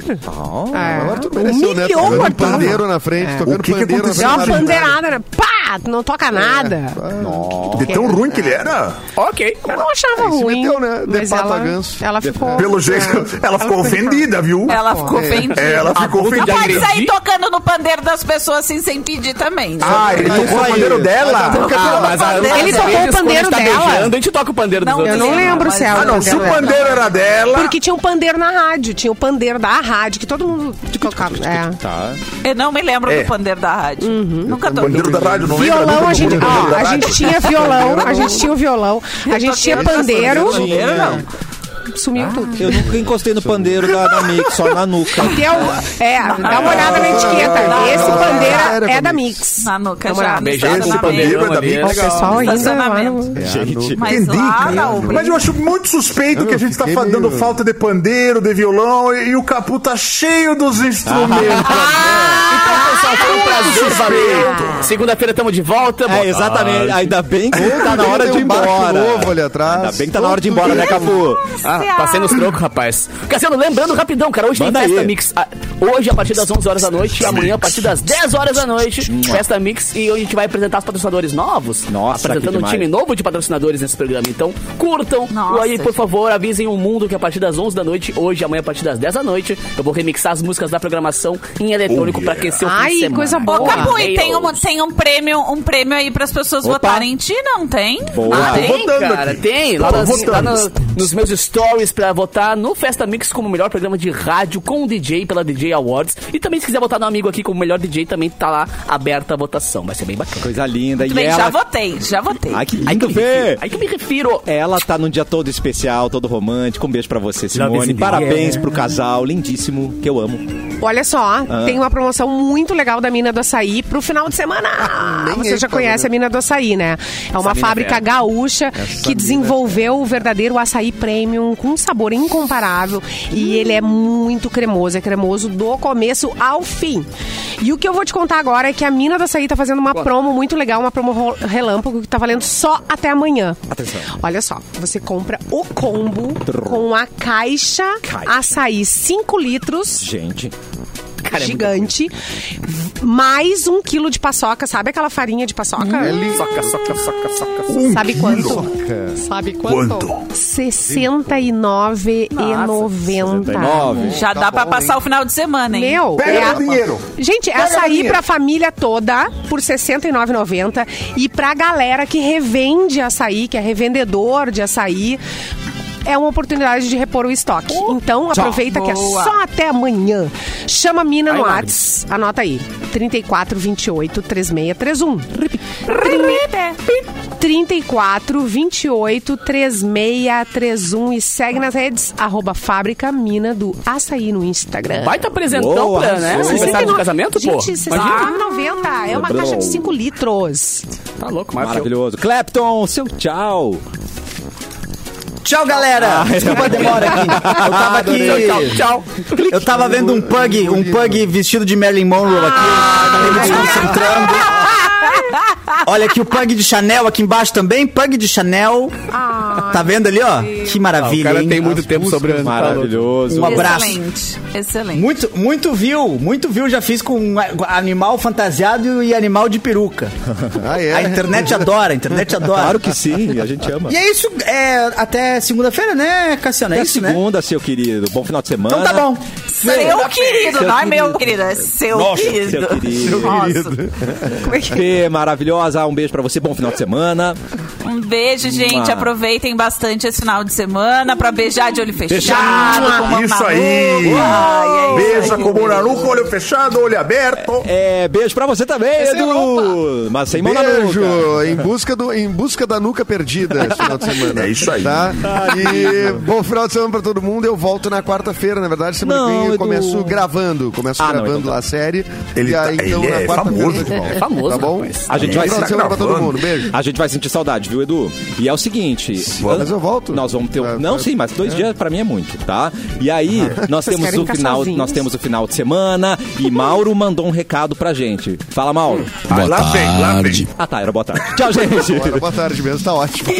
S7: É.
S5: O Arthur mereceu, né?
S7: Humilhou o
S5: Tocando
S7: Arthur.
S5: pandeiro na
S1: É.
S5: frente, tocando
S6: O que que
S5: pandeiro É, na
S6: aconteceu?
S7: Deu uma
S5: frente. é
S7: pandeirada, né? Pá! tu Não toca nada.
S6: De tão ruim que ele era.
S4: Ok.
S7: Eu não achava
S5: Aí se
S7: ruim.
S5: meteu, né? De
S7: mas
S5: pato
S7: ela,
S5: a ganso.
S7: ela ficou.
S6: Pelo jeito, ela ficou ofendida, viu? É.
S3: Ela ficou ofendida.
S6: Ela ficou
S4: boca
S6: ofendida.
S4: de
S3: Pode sair
S4: Entendi.
S3: tocando no pandeiro das pessoas assim, sem pedir também. né?
S6: Ah, ele
S5: Isso
S6: tocou o
S5: aí.
S6: pandeiro
S5: Mas a boca
S6: dela.
S5: dela-
S4: Ah, mas a,
S3: Ele
S4: às
S3: tocou
S4: vezes,
S7: o pandeiro
S4: quando a gente tá
S7: dela.
S4: Beijando, a gente toca o pandeiro dos
S3: Não,
S4: outros.
S7: Eu não
S3: Sim,
S7: lembro
S3: mas-
S7: se é ela.
S6: Ah, não, se o pandeiro era dela.
S7: Porque tinha um pandeiro na rádio, tinha o pandeiro da rádio, que todo mundo tocava. É.
S1: Tá.
S3: Eu não me lembro
S6: É.
S3: do pandeiro da rádio. Nunca
S6: O Bandeiro
S3: toquei.
S6: da rádio, não lembra?
S7: Violão,
S6: Nunca
S7: a gente,
S6: tocou no
S7: ó, a
S6: bandeiro né? da
S7: gente
S6: rádio.
S7: tinha violão, a gente tinha o violão, a gente
S5: é
S7: tinha pandeiro,
S3: Pandeiro não.
S7: sumiu tudo.
S1: Eu nunca encostei no pandeiro da, da Mix, só na nuca.
S7: Deu, é, dá uma olhada na etiqueta. Esse pandeiro é da Mix.
S3: Na nuca
S7: Vamos
S3: já.
S7: lá.
S3: no
S4: Beijando
S6: Esse
S4: Esse
S6: pandeiro é da
S4: pandeirão
S7: O
S6: Mix.
S4: ali.
S7: pessoal ainda lá
S3: Estacionamento.
S5: É.
S7: no-
S1: Gente.
S3: Mas lá na Ubra.
S6: Mas eu acho muito suspeito
S5: Eu
S6: que a gente tá
S5: fiquei
S6: fa-
S5: meio-
S6: dando falta de pandeiro, de violão e, e o Capu tá cheio dos instrumentos.
S4: Então, pessoal, foi um prazer, valeu.
S6: Suspeito.
S4: Segunda-feira estamos de volta. boa
S1: É, exatamente. Ainda bem que tá na
S5: Tem
S1: hora de ir
S5: um barco
S1: embora.
S5: novo ali atrás.
S1: Ainda bem que tá na hora de ir embora, né, Capu?
S3: Tá
S4: Ah, passei nos trocos, rapaz. Cassiano, lembrando rapidão, cara, hoje
S1: Manda
S4: tem festa
S1: aí.
S4: mix. Ah, Hoje a partir das 11 horas da noite e amanhã a partir das 10 horas da noite, festa mix e hoje a gente vai apresentar os patrocinadores novos.
S1: Nossa, que
S4: apresentando um
S1: demais.
S4: time novo de patrocinadores nesse programa. Então, curtam.
S3: Nossa,
S4: e aí, por favor, avisem o mundo que a partir das 11 da noite, hoje e amanhã a partir das 10 da noite, eu vou remixar as músicas da programação em eletrônico
S6: Oh, yeah.
S4: pra aquecer o fim
S7: Ai,
S4: de semana.
S7: coisa boa.
S3: Ô, Capu, e
S4: Deus.
S3: tem um, tem um prêmio, um prêmio aí pras pessoas
S1: Opa.
S3: votarem em ti, não tem?
S1: Boa.
S4: Ah,
S6: Tô
S4: tem,
S6: votando
S4: cara,
S6: aqui.
S4: tem.
S6: Tô
S4: Lá, nas-
S6: votando.
S4: lá no- nos meus stories pra votar no Festa Mix como melhor programa de rádio com o DJ pela DJ Awards. E também se quiser votar no amigo aqui como melhor DJ, também tá lá aberta a votação. Vai ser bem bacana.
S1: Coisa linda.
S3: Tudo
S1: e
S3: bem, já
S1: ela...
S3: votei, já votei.
S1: É Ai, que
S4: Aí que,
S1: lindo
S4: eu me
S1: ver.
S4: refiro, aí que eu me refiro.
S1: Ela tá num dia todo especial, todo romântico. Um beijo pra você, Simone.
S4: Lovezinho.
S1: Parabéns
S4: Yeah.
S1: pro casal, lindíssimo, que eu amo.
S7: Olha só, tem uma promoção muito legal da Mina do Açaí pro final de semana. Você
S5: eu
S7: já
S5: tava
S7: conhece a Mina do Açaí, né? É uma fábrica gaúcha que desenvolveu o verdadeiro açaí premium com um sabor incomparável e ele é muito cremoso, é cremoso do começo ao fim. E o que eu vou te contar agora é que a Mina do Açaí tá fazendo uma promo muito legal, uma promo ro- relâmpago que tá valendo só até amanhã.
S1: Atenção.
S7: Olha só, você compra o combo com a caixa,
S1: Caixa.
S7: açaí 5 litros
S1: Gente.
S4: Cara, é muito
S7: gigante, mais um quilo de paçoca, sabe aquela farinha de paçoca?
S4: Hum. Soca, soca, soca, soca.
S6: Um
S7: Sabe
S6: quilo.
S7: quanto? É. Sabe quanto?
S6: Quanto?
S7: 69,90.
S1: 69.
S3: já dá pra passar o final de semana, hein?
S7: Meu,
S6: Pega
S7: é
S6: meu
S7: a...
S6: dinheiro.
S7: Gente, é
S6: Pega meu
S7: açaí
S6: dinheiro.
S7: pra família toda por R$ 69,90 e pra galera que revende açaí, que é revendedor de açaí, é uma oportunidade de repor o estoque. Então aproveita que é
S3: Boa.
S7: só até amanhã. Chama a Mina no
S4: Ai,
S7: Whats, anota aí. 3428 3631. Repita. 34 28 3631 e segue nas redes arroba fábrica mina do açaí no Instagram.
S4: Baita tá apresentão
S1: Boa,
S4: pra, né?
S1: arrasou.
S4: Aniversário de casamento, pô.
S7: tá Gente,
S4: Imagina.
S7: 69,90. É uma
S1: Lembrou.
S7: caixa de 5 litros.
S4: Tá louco, Marcos.
S1: Maravilhoso. Clapton, seu tchau.
S2: Tchau, galera. Desculpa a demora aqui. Eu tava aqui.
S4: Tchau.
S2: Eu tava vendo um pug, um pug vestido de Marilyn Monroe aqui. Tava me desconcentrando. Olha aqui o pug de Chanel aqui embaixo também. Pug de Chanel. Tá vendo ali, ó? Que
S8: O
S2: maravilha,
S8: cara
S2: hein?
S8: tem muito tempo sobrando. tá louco.
S1: Maravilhoso.
S2: Um abraço.
S3: Excelente, excelente.
S2: Muito, muito view, muito view já fiz com a- com animal fantasiado e animal de peruca.
S5: Ah, é?
S2: A internet adora, a internet adora.
S1: Claro que sim, a gente ama.
S2: E é isso, é, até segunda-feira, né, Cassiano? É
S1: Até
S2: isso, né?
S1: segunda, seu querido. Bom final de semana.
S2: Então tá bom.
S3: Seu querido, não é meu querido, é seu
S1: Nossa, seu
S3: querido.
S1: querido. Seu
S3: Nossa.
S1: Fê, maravilhosa. Um beijo pra você. Bom final de semana.
S3: Um beijo, gente.
S1: Mua.
S3: Aproveitem bastante esse final de semana pra beijar de olho fechado.
S6: Fechado,
S3: com uma
S6: Isso
S3: maluca.
S6: aí.
S3: Ai, é isso
S6: Beija
S3: aí.
S6: com o Naruco, olho fechado, olho aberto.
S1: É, beijo pra você também, Edu. Mas sem mão na
S5: Beijo!
S1: nuca.
S5: Em busca, do, em busca da nuca perdida esse final de semana.
S6: É isso aí.
S5: Tá?
S1: Ah,
S5: E bom final de semana pra todo mundo. Eu volto na quarta-feira, na verdade. Semana
S1: Não,
S5: que vem eu
S1: Edu.
S5: começo gravando. Começo
S1: Ah, não,
S5: gravando
S1: então tá.
S5: lá a série.
S6: Ele
S5: e
S6: tá-
S5: aí, então,
S6: ele
S5: na
S6: é
S5: quarta-feira eu tô de
S6: famoso.
S5: volta.
S4: É famoso,
S5: Tá bom?
S4: rapaz.
S1: A gente
S5: Bom
S1: vai
S5: final
S1: estar
S5: de semana pra todo
S6: gravando.
S5: mundo. Beijo.
S1: A gente vai sentir saudade, viu, Edu? E é o seguinte.
S5: Mas eu volto.
S1: Nós vamos ter. um-
S5: Ah,
S1: Não,
S5: tá.
S1: sim, mas dois dias pra mim é muito, tá? E aí, nós
S7: Vocês
S1: temos
S7: querem
S1: o
S7: ficar
S1: final.
S7: sozinhos?
S1: Nós temos o final de semana e Mauro mandou um recado pra gente. Fala, Mauro.
S6: Hum. lá vem, lá vem.
S1: Ah, tá, era boa tarde. Tchau, gente.
S5: Boa tarde mesmo, tá ótimo.